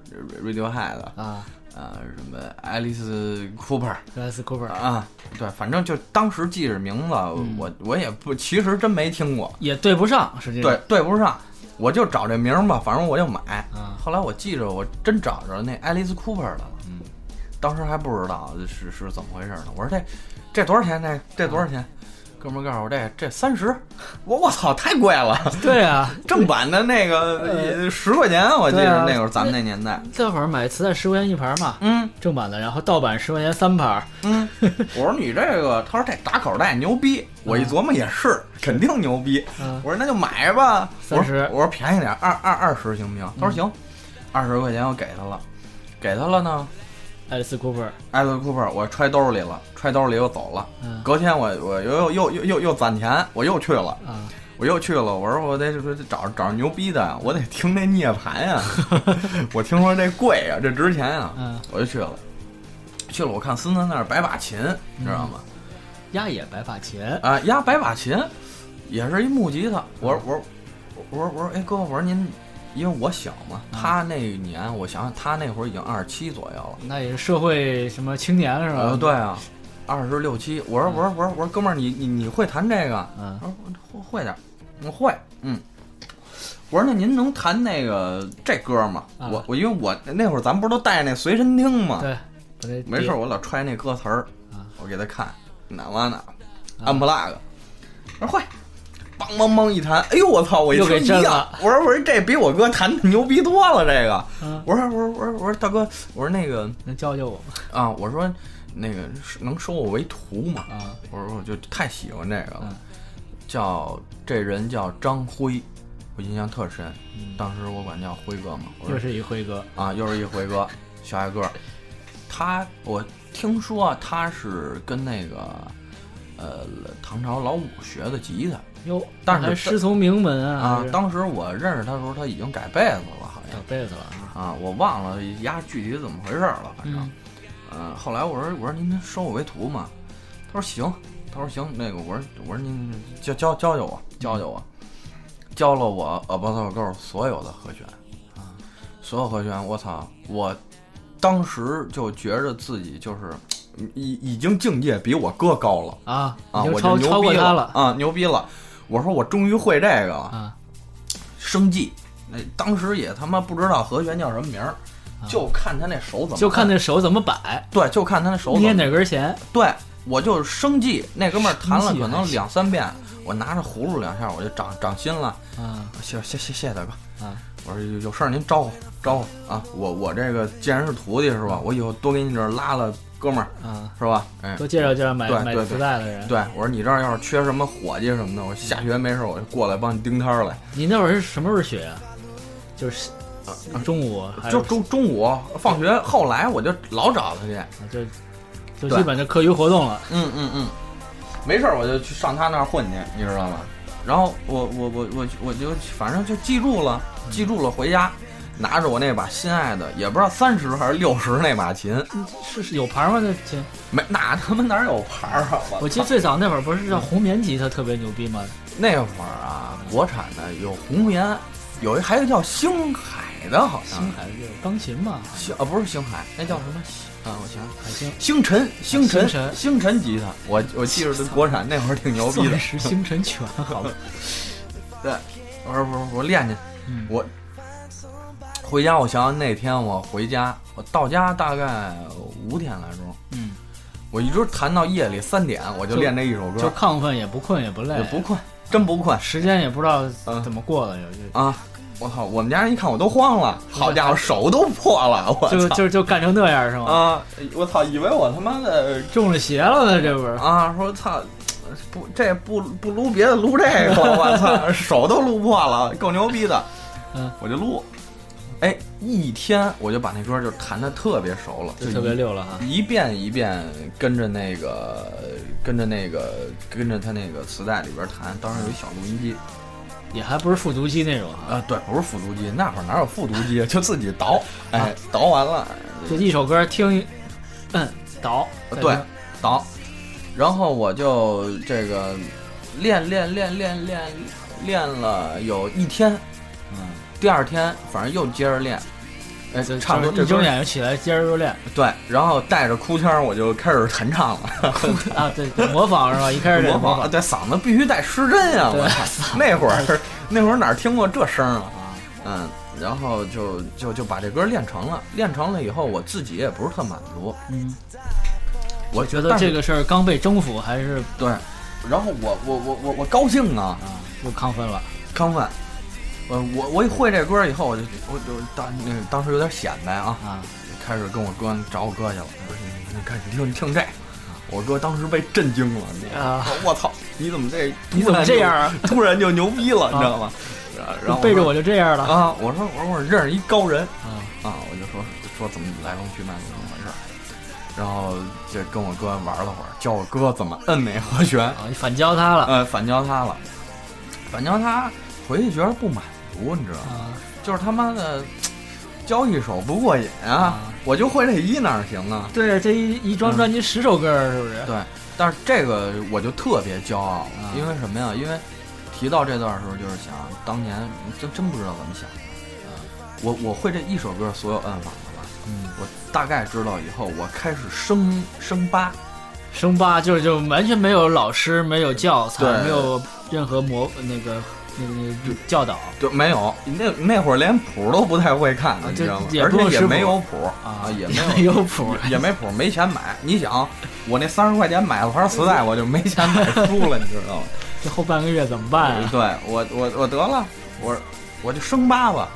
[SPEAKER 2] Radiohead 的，
[SPEAKER 1] 啊
[SPEAKER 2] 呃，什么 Alice Cooper
[SPEAKER 1] ，Alice Cooper
[SPEAKER 2] 啊，对，反正就当时记着名字，我我也不其实真没听过。
[SPEAKER 1] 也对不上，实际上
[SPEAKER 2] 对对不上，我就找这名儿吧，反正我就买。
[SPEAKER 1] 啊
[SPEAKER 2] 后来我记着，我真找着那爱丽丝·库珀的了。
[SPEAKER 1] 嗯，
[SPEAKER 2] 当时还不知道是是怎么回事呢。我说这这多少钱？这这多少钱？哥们儿告诉我这这三十，我我操，太贵了！
[SPEAKER 1] 对啊，
[SPEAKER 2] 正版的那个十块钱，我记
[SPEAKER 1] 呃对啊
[SPEAKER 2] 着那会儿咱们那年代。
[SPEAKER 1] 那会儿买磁带十块钱一盘嘛，
[SPEAKER 2] 嗯
[SPEAKER 1] 正版的，然后盗版十块钱三盘儿，
[SPEAKER 2] 嗯，我说你这个，他说这打口袋牛逼，我一琢磨也是，肯定牛逼。
[SPEAKER 1] 啊
[SPEAKER 2] 我说那就买吧，我说
[SPEAKER 1] 30
[SPEAKER 2] 我说便宜点，二二二十行不行？他说行，二十块钱我给他了，给他了呢。
[SPEAKER 1] ，Alice Cooper，
[SPEAKER 2] 艾伦库珀，我揣兜里了，揣兜里又走了。
[SPEAKER 1] 嗯
[SPEAKER 2] 隔天我我又又又又又攒钱，我又去了，
[SPEAKER 1] 啊，
[SPEAKER 2] 我又去了。我说我得找找牛逼的啊呀，我得听那涅槃呀。我听说这贵啊呀，这值钱呀，
[SPEAKER 1] 嗯
[SPEAKER 2] 我就去了。去了，我看孙子那儿摆把琴，你知道吗？
[SPEAKER 1] 压野白发琴，
[SPEAKER 2] 啊，压白把琴，也是一木吉他。我
[SPEAKER 1] 嗯
[SPEAKER 2] 说我说我说我说，哎哥，我说您，因为我小嘛，
[SPEAKER 1] 嗯
[SPEAKER 2] 他那一年我想想，他那会儿已经二十七左右了。
[SPEAKER 1] 那也是社会什么青年是吧？
[SPEAKER 2] 呃，对，啊，二十六七。我说我说我说我说，哥们儿，你你你会弹这个？
[SPEAKER 1] 嗯
[SPEAKER 2] 我说我会会点儿，我会，嗯。我说那您能弹那个这歌吗？
[SPEAKER 1] 啊
[SPEAKER 2] 我我因为我那会儿咱们不是都带那随身听吗？
[SPEAKER 1] 对，把那
[SPEAKER 2] 啊没事儿，我老揣那歌词儿
[SPEAKER 1] 啊，
[SPEAKER 2] 我给他看，哪哇哪，安不拉个，我说会，梆梆梆一弹，哎呦我操，我一
[SPEAKER 1] 又给
[SPEAKER 2] 听一
[SPEAKER 1] 震
[SPEAKER 2] 样
[SPEAKER 1] 了，
[SPEAKER 2] 我说我说这比我哥弹的牛逼多了，这个，
[SPEAKER 1] 嗯
[SPEAKER 2] 我说我说我说我说大哥，我说那个
[SPEAKER 1] 能教教我吗
[SPEAKER 2] 啊，我说那个是能收我为徒吗？
[SPEAKER 1] 啊？
[SPEAKER 2] 我说我就太喜欢这个了，
[SPEAKER 1] 嗯
[SPEAKER 2] 叫这人叫张辉，我印象特深，
[SPEAKER 1] 嗯
[SPEAKER 2] 当时我管叫辉哥嘛，我说
[SPEAKER 1] 又是一辉哥，
[SPEAKER 2] 啊，又是一回哥，小矮个儿。他，我听说啊他是跟那个，呃，唐朝老五学的吉他
[SPEAKER 1] 哟，
[SPEAKER 2] 但是
[SPEAKER 1] 还师从名门啊
[SPEAKER 2] 啊。当时我认识他的时候，他已经改被子了，好
[SPEAKER 1] 小
[SPEAKER 2] 像
[SPEAKER 1] 被子了啊，
[SPEAKER 2] 啊，我忘了丫具体怎么回事儿了，反正，
[SPEAKER 1] 嗯
[SPEAKER 2] 呃，后来我说我说您收我为徒嘛，他说行，他说行，那个我说我说您教教教教我，教教我，教了我呃 About Girl 所有的和弦，啊所有和弦，我操，我当时就觉着自己就是嗯已已经境界比我哥高了
[SPEAKER 1] 啊，已
[SPEAKER 2] 啊，
[SPEAKER 1] 经
[SPEAKER 2] 我
[SPEAKER 1] 超
[SPEAKER 2] 就
[SPEAKER 1] 超
[SPEAKER 2] 牛
[SPEAKER 1] 过
[SPEAKER 2] 逼
[SPEAKER 1] 他了
[SPEAKER 2] 啊，牛逼了，我说我终于会这个了，
[SPEAKER 1] 啊，
[SPEAKER 2] 生计。那当时也他妈不知道和弦叫什么名儿，就看他那手怎么，
[SPEAKER 1] 啊就看那手怎么摆，
[SPEAKER 2] 对，就看他那手怎么
[SPEAKER 1] 捏哪根弦
[SPEAKER 2] 对，我就生计，那哥们儿弹了
[SPEAKER 1] 生计
[SPEAKER 2] 可
[SPEAKER 1] 还
[SPEAKER 2] 能
[SPEAKER 1] 行
[SPEAKER 2] 两三遍，我拿着葫芦两下，我就长长心了。
[SPEAKER 1] 啊
[SPEAKER 2] 谢谢谢谢大哥，
[SPEAKER 1] 啊
[SPEAKER 2] 我说有有事儿您招呼招呼啊！我我这个既然是徒弟是吧？我以后多给你这儿拉拉哥们儿
[SPEAKER 1] 啊！
[SPEAKER 2] 是吧？哎，
[SPEAKER 1] 多介绍介绍买
[SPEAKER 2] 对
[SPEAKER 1] 买
[SPEAKER 2] 对
[SPEAKER 1] 磁带的人。
[SPEAKER 2] 对，我说你这儿要是缺什么伙计什么的，我下学没事儿我就过来帮你盯摊儿来。
[SPEAKER 1] 你那会儿是什么时候学啊？就是中午还是
[SPEAKER 2] 啊就中中午放学后来我就老找他去，
[SPEAKER 1] 啊就就
[SPEAKER 2] 对
[SPEAKER 1] 基本就课余活动了。
[SPEAKER 2] 嗯嗯嗯，没事儿我就去上他那儿混去，你知道吗？然后我我我我我就反正就记住了，记住了，回家拿着我那把心爱的，也不知道三十还是六十那把琴，
[SPEAKER 1] 是是有牌儿吗？那琴？
[SPEAKER 2] 没哪他妈哪有牌儿啊！我
[SPEAKER 1] 我记得
[SPEAKER 2] 操
[SPEAKER 1] 最早那会儿不是
[SPEAKER 2] 嗯
[SPEAKER 1] 叫红棉吉他特别牛逼吗？
[SPEAKER 2] 那会儿啊，国产的有红岩，有一还有一叫星海的，好像
[SPEAKER 1] 星海就是钢琴嘛，
[SPEAKER 2] 星啊不是星海，那叫什么？啊，我想想。
[SPEAKER 1] 海星
[SPEAKER 2] 星辰，星
[SPEAKER 1] 星
[SPEAKER 2] 辰，
[SPEAKER 1] 辰
[SPEAKER 2] 星辰吉他，我我记着这国产那会儿挺牛逼的
[SPEAKER 1] 钻。石星辰拳，好
[SPEAKER 2] <laughs>
[SPEAKER 1] 吧？
[SPEAKER 2] 对，我说我说我练去，
[SPEAKER 1] 嗯
[SPEAKER 2] 我回家，我想想那天我回家，我到家大概五点来钟，
[SPEAKER 1] 嗯，
[SPEAKER 2] 我一直弹到夜里三点，我就
[SPEAKER 1] 就
[SPEAKER 2] 练这一首
[SPEAKER 1] 就
[SPEAKER 2] 歌，
[SPEAKER 1] 亢奋也不困也不累
[SPEAKER 2] 也，不困，真不困
[SPEAKER 1] 时间也不知道
[SPEAKER 2] 嗯
[SPEAKER 1] 怎么过了，有就
[SPEAKER 2] 啊！我操，我们家人一看我都慌了，好家伙，手都破了，我
[SPEAKER 1] 就
[SPEAKER 2] 操
[SPEAKER 1] 就就干成那样是吗？
[SPEAKER 2] 啊！我操，以为我他妈的
[SPEAKER 1] 中了邪了呢，这不是？
[SPEAKER 2] 啊，说操，不这不不撸别的，撸这个，我操，手都撸破了，够牛逼的，
[SPEAKER 1] 嗯，
[SPEAKER 2] 我就撸，哎，一天我就把那歌就弹的特别熟了，
[SPEAKER 1] 就
[SPEAKER 2] 一
[SPEAKER 1] 特别溜了哈。
[SPEAKER 2] 一遍一遍跟着那个跟着那个跟着他那个磁带里边弹，当时有一小录音机，
[SPEAKER 1] 也还不是复读机那种
[SPEAKER 2] 啊、
[SPEAKER 1] 啊，
[SPEAKER 2] 对，不是复读机，那会儿哪有复读机，啊就自己倒，
[SPEAKER 1] 啊
[SPEAKER 2] 哎，倒完了，
[SPEAKER 1] 就一首歌听一，嗯，倒，再
[SPEAKER 2] 呃对
[SPEAKER 1] 听，
[SPEAKER 2] 倒，然后我就这个练练练练练练了有一天，
[SPEAKER 1] 嗯，
[SPEAKER 2] 第二天反正又接着练，哎，
[SPEAKER 1] 就
[SPEAKER 2] 差不多
[SPEAKER 1] 就是一
[SPEAKER 2] 这
[SPEAKER 1] 睁
[SPEAKER 2] 歌
[SPEAKER 1] 眼就起来，接着就
[SPEAKER 2] <laughs>
[SPEAKER 1] 练
[SPEAKER 2] 对，然后带着哭腔儿我就开始弹唱了，
[SPEAKER 1] 啊，对，模仿
[SPEAKER 2] <laughs>
[SPEAKER 1] 是吧？一开始得
[SPEAKER 2] 模仿，
[SPEAKER 1] 仿
[SPEAKER 2] 对，嗓子必须带失真呀、
[SPEAKER 1] 对
[SPEAKER 2] 我操， <laughs> 那会儿那会儿哪听过这声儿啊？
[SPEAKER 1] 啊，
[SPEAKER 2] 嗯，然后就就就把这歌练成了，练成了以后我自己也不是特满足，
[SPEAKER 1] 嗯，
[SPEAKER 2] 我
[SPEAKER 1] 觉得这个事儿刚被征服还是
[SPEAKER 2] 对，然后我我我我我高兴啊，
[SPEAKER 1] 啊，又亢奋了，
[SPEAKER 2] 亢奋。呃，我我一会这歌以后，我就我就当那个当时有点显摆啊，
[SPEAKER 1] 啊，
[SPEAKER 2] 开始跟我哥找我哥去了。我说你你看你听你听这，我哥当时被震惊了，你知道吗
[SPEAKER 1] 啊
[SPEAKER 2] 我操，你怎么这
[SPEAKER 1] 你怎么这样啊？
[SPEAKER 2] <laughs> 突然就牛逼了，你知道吗？然后
[SPEAKER 1] 背着
[SPEAKER 2] 我
[SPEAKER 1] 我就这样
[SPEAKER 2] 说
[SPEAKER 1] 了
[SPEAKER 2] 啊，我说我说我认识一高人
[SPEAKER 1] 啊，
[SPEAKER 2] 啊，我就说说怎么来龙去脉怎么回事儿，然后就跟我哥玩了会儿，教我哥怎么摁那和弦，
[SPEAKER 1] 啊，你反教他了
[SPEAKER 2] <laughs> 呃，反教他了，反教他回去觉得不满足，你知道吗？
[SPEAKER 1] 啊，
[SPEAKER 2] 就是他妈的教一手不过瘾啊
[SPEAKER 1] 啊，
[SPEAKER 2] 我就会这一哪儿行啊？
[SPEAKER 1] 对，这一一张专辑十首歌儿是不是？
[SPEAKER 2] 对，但是这个我就特别骄傲
[SPEAKER 1] 啊，
[SPEAKER 2] 因为什么呀？因为提到这段的时候，就是想当年真真不知道怎么想的，啊我我会这一首歌所有摁法了吧？
[SPEAKER 1] 嗯，
[SPEAKER 2] 我大概知道以后，我开始升升八，
[SPEAKER 1] 升八就是就完全没有老师，没有教材，
[SPEAKER 2] 对
[SPEAKER 1] 没有任何模那个那个那个教导。
[SPEAKER 2] 就没有那那会儿连谱都不太会看
[SPEAKER 1] 啊，
[SPEAKER 2] 你知道吗
[SPEAKER 1] 就？也
[SPEAKER 2] 而
[SPEAKER 1] 不
[SPEAKER 2] 且
[SPEAKER 1] 用
[SPEAKER 2] 也
[SPEAKER 1] 识
[SPEAKER 2] 没
[SPEAKER 1] 谱
[SPEAKER 2] 有谱
[SPEAKER 1] 啊，
[SPEAKER 2] 也
[SPEAKER 1] <laughs>
[SPEAKER 2] 没有
[SPEAKER 1] 没有谱儿，
[SPEAKER 2] <laughs> 也没谱，没钱买。你想，我那三十块钱买了盘磁带，我就没钱买书了，你知
[SPEAKER 1] <laughs>
[SPEAKER 2] 道吗？
[SPEAKER 1] 这后半个月怎么办啊？
[SPEAKER 2] 对我，我我得了，我我就升八吧。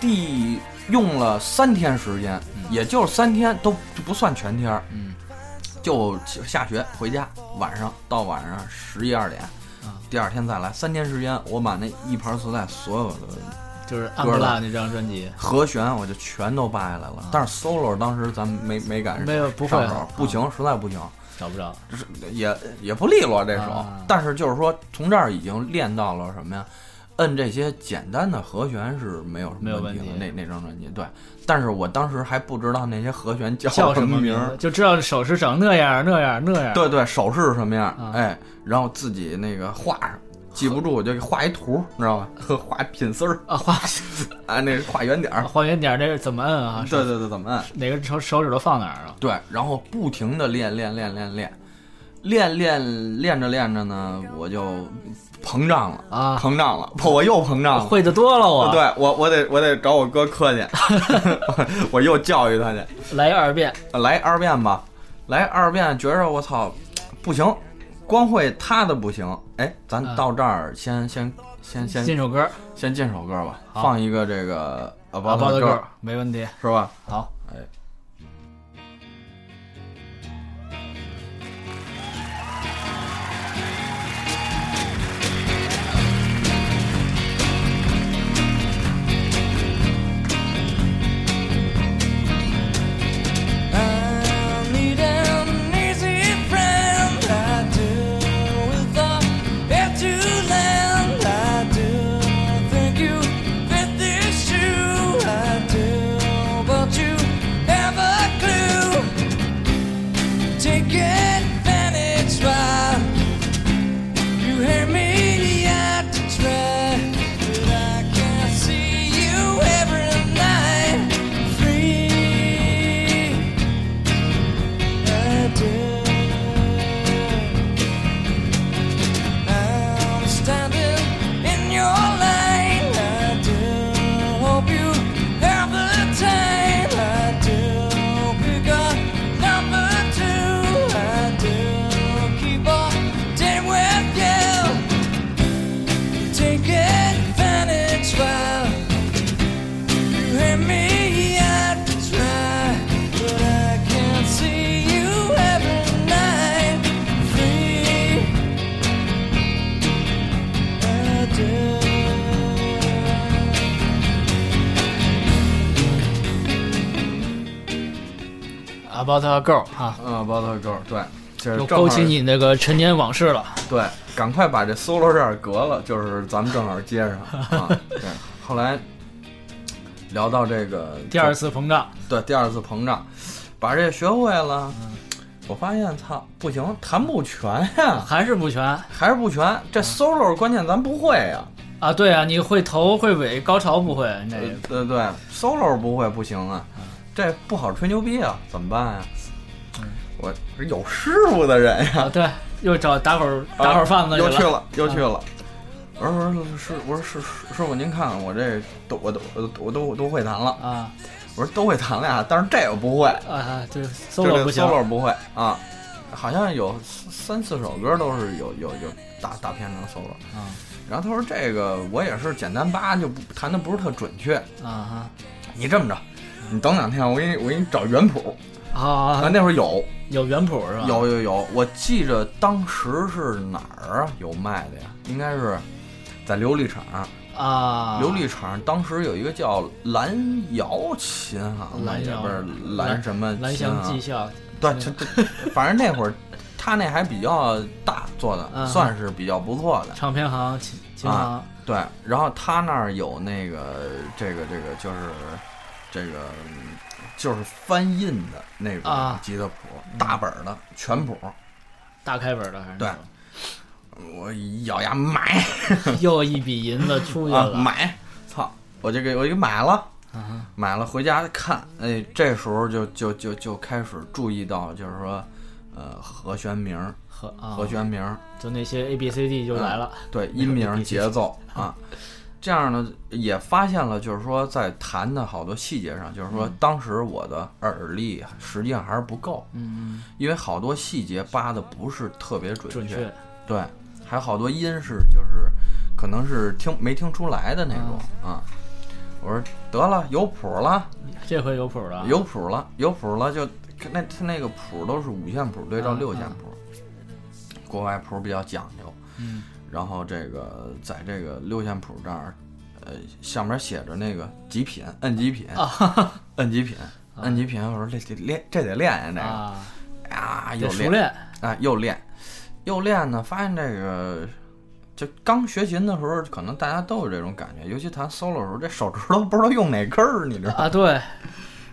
[SPEAKER 2] 第用了三天时间，也就是三天，都不算全天儿，
[SPEAKER 1] 嗯，
[SPEAKER 2] 就下学回家，晚上到晚上十一二点
[SPEAKER 1] 啊。
[SPEAKER 2] 第二天再来，三天时间，我把那一盘磁带所有的
[SPEAKER 1] 就是《安布拉》那张专辑，
[SPEAKER 2] 和弦我就全都扒下来了，但是 solo 当时咱们没没赶上，
[SPEAKER 1] 没有不会
[SPEAKER 2] 上
[SPEAKER 1] 啊
[SPEAKER 2] 手，不行，实在不行。
[SPEAKER 1] 找不着。
[SPEAKER 2] 是也也不利落这首，
[SPEAKER 1] 啊
[SPEAKER 2] 但是就是说从这儿已经练到了什么呀？摁这些简单的和弦是没有什
[SPEAKER 1] 没有
[SPEAKER 2] 么问的。
[SPEAKER 1] 问题
[SPEAKER 2] 那那张专辑对，但是我当时还不知道那些和弦叫
[SPEAKER 1] 叫
[SPEAKER 2] 什
[SPEAKER 1] 什么
[SPEAKER 2] 名
[SPEAKER 1] 名
[SPEAKER 2] 儿
[SPEAKER 1] 儿，，就知道手势长那样那样那样。
[SPEAKER 2] 对对，手势是什么样，
[SPEAKER 1] 啊
[SPEAKER 2] 哎，然后自己那个画上，记不住我就给画一图，你知道吧？ <laughs> 画品丝儿，
[SPEAKER 1] 啊， <laughs> 画
[SPEAKER 2] 哎，那画圆点儿，
[SPEAKER 1] 还原点儿，这啊是怎么摁啊？
[SPEAKER 2] 对对对，怎么摁？
[SPEAKER 1] 哪个手手指头放哪儿啊？
[SPEAKER 2] 对，然后不停的练练练练练，练练练着练着呢，我就膨胀了
[SPEAKER 1] 啊
[SPEAKER 2] 膨胀了，我又膨胀了。
[SPEAKER 1] 会的多了我，
[SPEAKER 2] 对我，我得我得找我哥磕去， <laughs> 我我又教育他去，
[SPEAKER 1] 来二遍，
[SPEAKER 2] 来二遍吧，来二遍，觉着我操，不行，光会他的不行，哎，咱
[SPEAKER 1] 嗯
[SPEAKER 2] 到这儿先先先先
[SPEAKER 1] 进首歌
[SPEAKER 2] 先进首歌吧，
[SPEAKER 1] 好
[SPEAKER 2] 放一个这个
[SPEAKER 1] 《
[SPEAKER 2] About
[SPEAKER 1] 包
[SPEAKER 2] the
[SPEAKER 1] 的歌
[SPEAKER 2] Girl，》，
[SPEAKER 1] 没问题。
[SPEAKER 2] 是吧？
[SPEAKER 1] 好，
[SPEAKER 2] 哎，
[SPEAKER 3] I need an easy friend. I do with a head to land. I do think you fit this shoe. I do, but you have a clue. Take advantage while you hear me out to try. But I can see you every night, free. I do. I'm standing in your line. I do hope you have the time. I do pick up number two. I do keep on staying with you. Take advantage while you hear me out to try, but I can't see you every night. Free, I do.
[SPEAKER 1] 《About a Girl》啊，
[SPEAKER 2] 嗯，About the Girl，对，这
[SPEAKER 1] 又
[SPEAKER 2] 是
[SPEAKER 1] 勾起
[SPEAKER 2] 正好
[SPEAKER 1] 你那个陈年往事了。
[SPEAKER 2] 对，赶快把这 solo 这儿隔了，就是咱们正好接
[SPEAKER 1] <laughs>
[SPEAKER 2] 上啊。对，后来聊到这个
[SPEAKER 1] 第二次膨胀，
[SPEAKER 2] 对第二次膨胀，把这学会了，
[SPEAKER 1] 嗯
[SPEAKER 2] 我发现操不行，弹不全
[SPEAKER 1] <laughs>
[SPEAKER 2] 呀，
[SPEAKER 1] 还是不全
[SPEAKER 2] 还是不全。这
[SPEAKER 1] 嗯
[SPEAKER 2] solo 关键咱不会呀，
[SPEAKER 1] 啊？对啊，你会头会尾，高潮不会，那
[SPEAKER 2] 呃对对，solo 不会不行啊，
[SPEAKER 1] 嗯
[SPEAKER 2] 这不好吹牛逼啊，怎么办呀？
[SPEAKER 1] 嗯
[SPEAKER 2] 我是有师傅的人呀，
[SPEAKER 1] 啊对，又找打会儿打会儿贩子
[SPEAKER 2] 呃啊又去
[SPEAKER 1] 了。嗯
[SPEAKER 2] 了，又去了。我说师，我说师师傅，您看我这都我都我都我都我都会弹了。
[SPEAKER 1] 啊
[SPEAKER 2] 我说都会弹了呀，但是这个不会，
[SPEAKER 1] 啊，对
[SPEAKER 2] 就这
[SPEAKER 1] ，solo
[SPEAKER 2] 个
[SPEAKER 1] 不行
[SPEAKER 2] solo 不会啊。好像有三四首歌都是有有有大大片成 solo。
[SPEAKER 1] 啊
[SPEAKER 2] 然后他说这个我也是简单吧，就不弹的不是特准确。
[SPEAKER 1] 啊
[SPEAKER 2] 你这么着，你等两天，我给你我给你找原谱。
[SPEAKER 1] 哈啊
[SPEAKER 2] 啊，，那会儿有
[SPEAKER 1] 有原谱是吧？
[SPEAKER 2] 有有有，我记着当时是哪儿啊有卖的呀？应该是在琉璃厂。
[SPEAKER 1] 啊，
[SPEAKER 2] 琉璃厂当时有一个叫蓝瑶琴啊，
[SPEAKER 1] 蓝
[SPEAKER 2] 也
[SPEAKER 1] 瑶
[SPEAKER 2] 不是蓝什么
[SPEAKER 1] 蓝
[SPEAKER 2] 琴
[SPEAKER 1] 翔
[SPEAKER 2] 啊
[SPEAKER 1] 技，校
[SPEAKER 2] 对，就就反正那会儿他那还比较大做的，
[SPEAKER 1] 嗯
[SPEAKER 2] 算是比较不错的。
[SPEAKER 1] 唱片行、琴琴行
[SPEAKER 2] 啊，对，然后他那儿有那个这个这个就是这个嗯就是翻印的那种
[SPEAKER 1] 啊
[SPEAKER 2] 吉他谱，大本儿的全谱，
[SPEAKER 1] 大开本的还是
[SPEAKER 2] 对
[SPEAKER 1] 什么
[SPEAKER 2] 我一咬
[SPEAKER 1] <laughs>
[SPEAKER 2] 牙买
[SPEAKER 1] 又一笔银子出去
[SPEAKER 2] 啊
[SPEAKER 1] 了，
[SPEAKER 2] 买，操，我就给我就给买了。
[SPEAKER 1] 啊
[SPEAKER 2] 买了回家看，哎，这时候就就就就开始注意到，就是说，呃，和弦名儿，
[SPEAKER 1] 和啊
[SPEAKER 2] 和弦名儿，
[SPEAKER 1] 就那些 A B C D 就来了，
[SPEAKER 2] 对，音名
[SPEAKER 1] 那
[SPEAKER 2] 儿、
[SPEAKER 1] 个
[SPEAKER 2] 节奏啊，这样呢也发现了，就是说在弹的好多细节上，就是说当时我的耳力实际上还是不够，
[SPEAKER 1] 嗯，
[SPEAKER 2] 因为好多细节扒的不是特别准确，
[SPEAKER 1] 准确，
[SPEAKER 2] 对，还有好多音是就是可能是听没听出来的那种
[SPEAKER 1] 嗯
[SPEAKER 2] 啊。我说得了，有谱了。
[SPEAKER 1] 这回有谱了，
[SPEAKER 2] 有谱了，有谱了，就那他那个谱都是五线谱对
[SPEAKER 1] 嗯
[SPEAKER 2] 照六线谱，国外谱比较讲究。
[SPEAKER 1] 嗯，
[SPEAKER 2] 然后这个在这个六线谱这儿，呃，上面写着那个极品，摁极品，
[SPEAKER 1] 啊
[SPEAKER 2] 摁极品，摁极品。我说这这练这得练呀，
[SPEAKER 1] 啊，
[SPEAKER 2] 这个啊，又
[SPEAKER 1] 得熟
[SPEAKER 2] 练
[SPEAKER 1] 练
[SPEAKER 2] 啊，又练，又练呢，发现这个。就刚学琴的时候，可能大家都有这种感觉，尤其弹 solo 的时候，这手指头不知道用哪根儿，你知道吗？
[SPEAKER 1] 啊，对，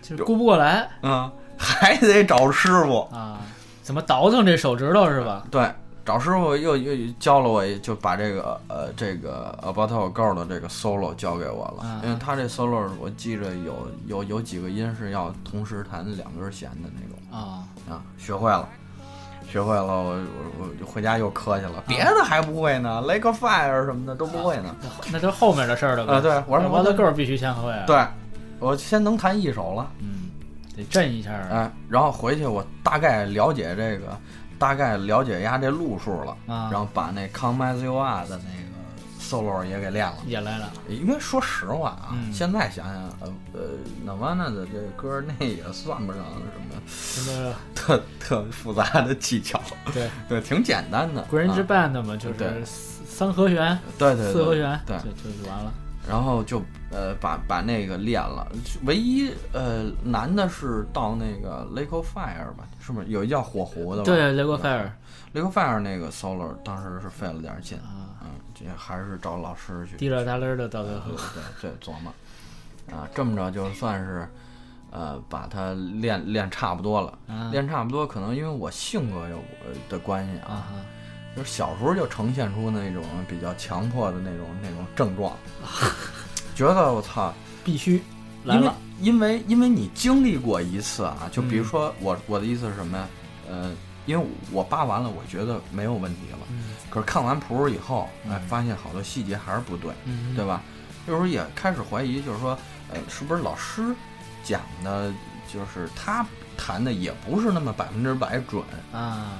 [SPEAKER 1] 就是顾不过来
[SPEAKER 2] 嗯， <laughs> 还得找师傅。
[SPEAKER 1] 啊，怎么倒腾这手指头是吧？
[SPEAKER 2] 对，找师傅又又又教了我，就把这个呃这个 About Our Girl 的这个 solo 交给我了
[SPEAKER 1] 嗯，
[SPEAKER 2] 因为他这 solo 我记着有有有几个音是要同时弹两根弦的那种
[SPEAKER 1] 啊，
[SPEAKER 2] 啊，学会了。学会了，我我我就回家又磕去
[SPEAKER 1] 啊
[SPEAKER 2] 了，别的还不会呢，Like a Fire 什么的都不会呢。
[SPEAKER 1] 那那都是后面的事儿了呗
[SPEAKER 2] 啊对我是
[SPEAKER 1] 我的 girl 必须先会，，啊
[SPEAKER 2] 对，我先能弹一首了，
[SPEAKER 1] 嗯，得震一下啊，
[SPEAKER 2] 哎，然后回去我大概了解这个大概了解一下这路数了，
[SPEAKER 1] 啊
[SPEAKER 2] 然后把那 Come As You Are 的那个 solo 也给练了。
[SPEAKER 1] 也来了，
[SPEAKER 2] 因为说实话啊，
[SPEAKER 1] 嗯
[SPEAKER 2] 现在想想，呃呃，那完了的这歌那也算不上什
[SPEAKER 1] 什么
[SPEAKER 2] 么特特复杂的技巧， <laughs>
[SPEAKER 1] 对
[SPEAKER 2] 对，挺简单的。
[SPEAKER 1] 国人之
[SPEAKER 2] 啊
[SPEAKER 1] band 嘛，就
[SPEAKER 2] 对
[SPEAKER 1] 是三和弦、
[SPEAKER 2] 对对对
[SPEAKER 1] 四和弦，
[SPEAKER 2] 对
[SPEAKER 1] 就，就就完了。
[SPEAKER 2] 然后就呃把把那个练了，唯一呃难的是到那个 Lake of Fire 吧，是不是有一叫火狐的吧？
[SPEAKER 1] 对，雷国菲尔
[SPEAKER 2] Lake of Fire 那个 solo 当时是费了点劲，
[SPEAKER 1] 啊，
[SPEAKER 2] 嗯，这还是找老师去
[SPEAKER 1] 滴了答楞的到最后
[SPEAKER 2] 对，对对，琢磨啊，这么着就算是呃把它练练差不多了，
[SPEAKER 1] 啊
[SPEAKER 2] 练差不多可能因为我性格有呃的关系
[SPEAKER 1] 啊
[SPEAKER 2] 啊，
[SPEAKER 1] 哈，
[SPEAKER 2] 就是小时候就呈现出那种比较强迫的那种那种
[SPEAKER 1] <laughs>
[SPEAKER 2] 症状，觉得我操，
[SPEAKER 1] 必须来
[SPEAKER 2] 因为
[SPEAKER 1] 了，
[SPEAKER 2] 因为因为你经历过一次啊，就
[SPEAKER 1] 嗯
[SPEAKER 2] 比如说我、我的意思是什么呀？呃，因为我扒完了，我觉得没有问题了，
[SPEAKER 1] 嗯
[SPEAKER 2] 可是看完谱以后，哎，
[SPEAKER 1] 嗯
[SPEAKER 2] 发现好多细节还是不对。
[SPEAKER 1] 嗯，
[SPEAKER 2] 对吧？有时候也开始怀疑，就是说，呃，是不是老师讲的，就是他弹的也不是那么百分之百准？
[SPEAKER 1] 啊，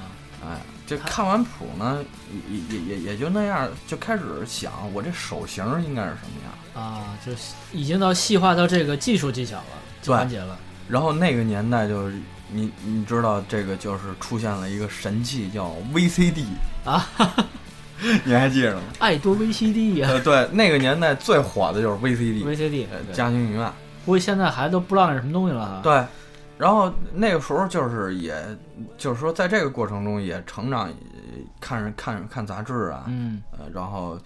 [SPEAKER 2] 哎，这看完谱呢，也也也也就那样，就开始想我这手型应该是什么样。
[SPEAKER 1] 啊，就是已经到细化到这个技术技巧了，
[SPEAKER 2] 对
[SPEAKER 1] 环节了。
[SPEAKER 2] 然后那个年代就是你你知道这个就是出现了一个神器叫 VCD
[SPEAKER 1] 啊，
[SPEAKER 2] 你还记着
[SPEAKER 1] <laughs>
[SPEAKER 2] 吗？
[SPEAKER 1] 爱多 VCD 呀、
[SPEAKER 2] 呃，对，那个年代最火的就是 VCD，
[SPEAKER 1] VCD，
[SPEAKER 2] 呃，
[SPEAKER 1] 对啊
[SPEAKER 2] 家庭影院。
[SPEAKER 1] 不过现在孩子都不知道那是什么东西了哈。
[SPEAKER 2] 对，然后那个时候就是也，就是说在这个过程中也成长，呃看看看杂志啊，
[SPEAKER 1] 嗯，
[SPEAKER 2] 呃，然后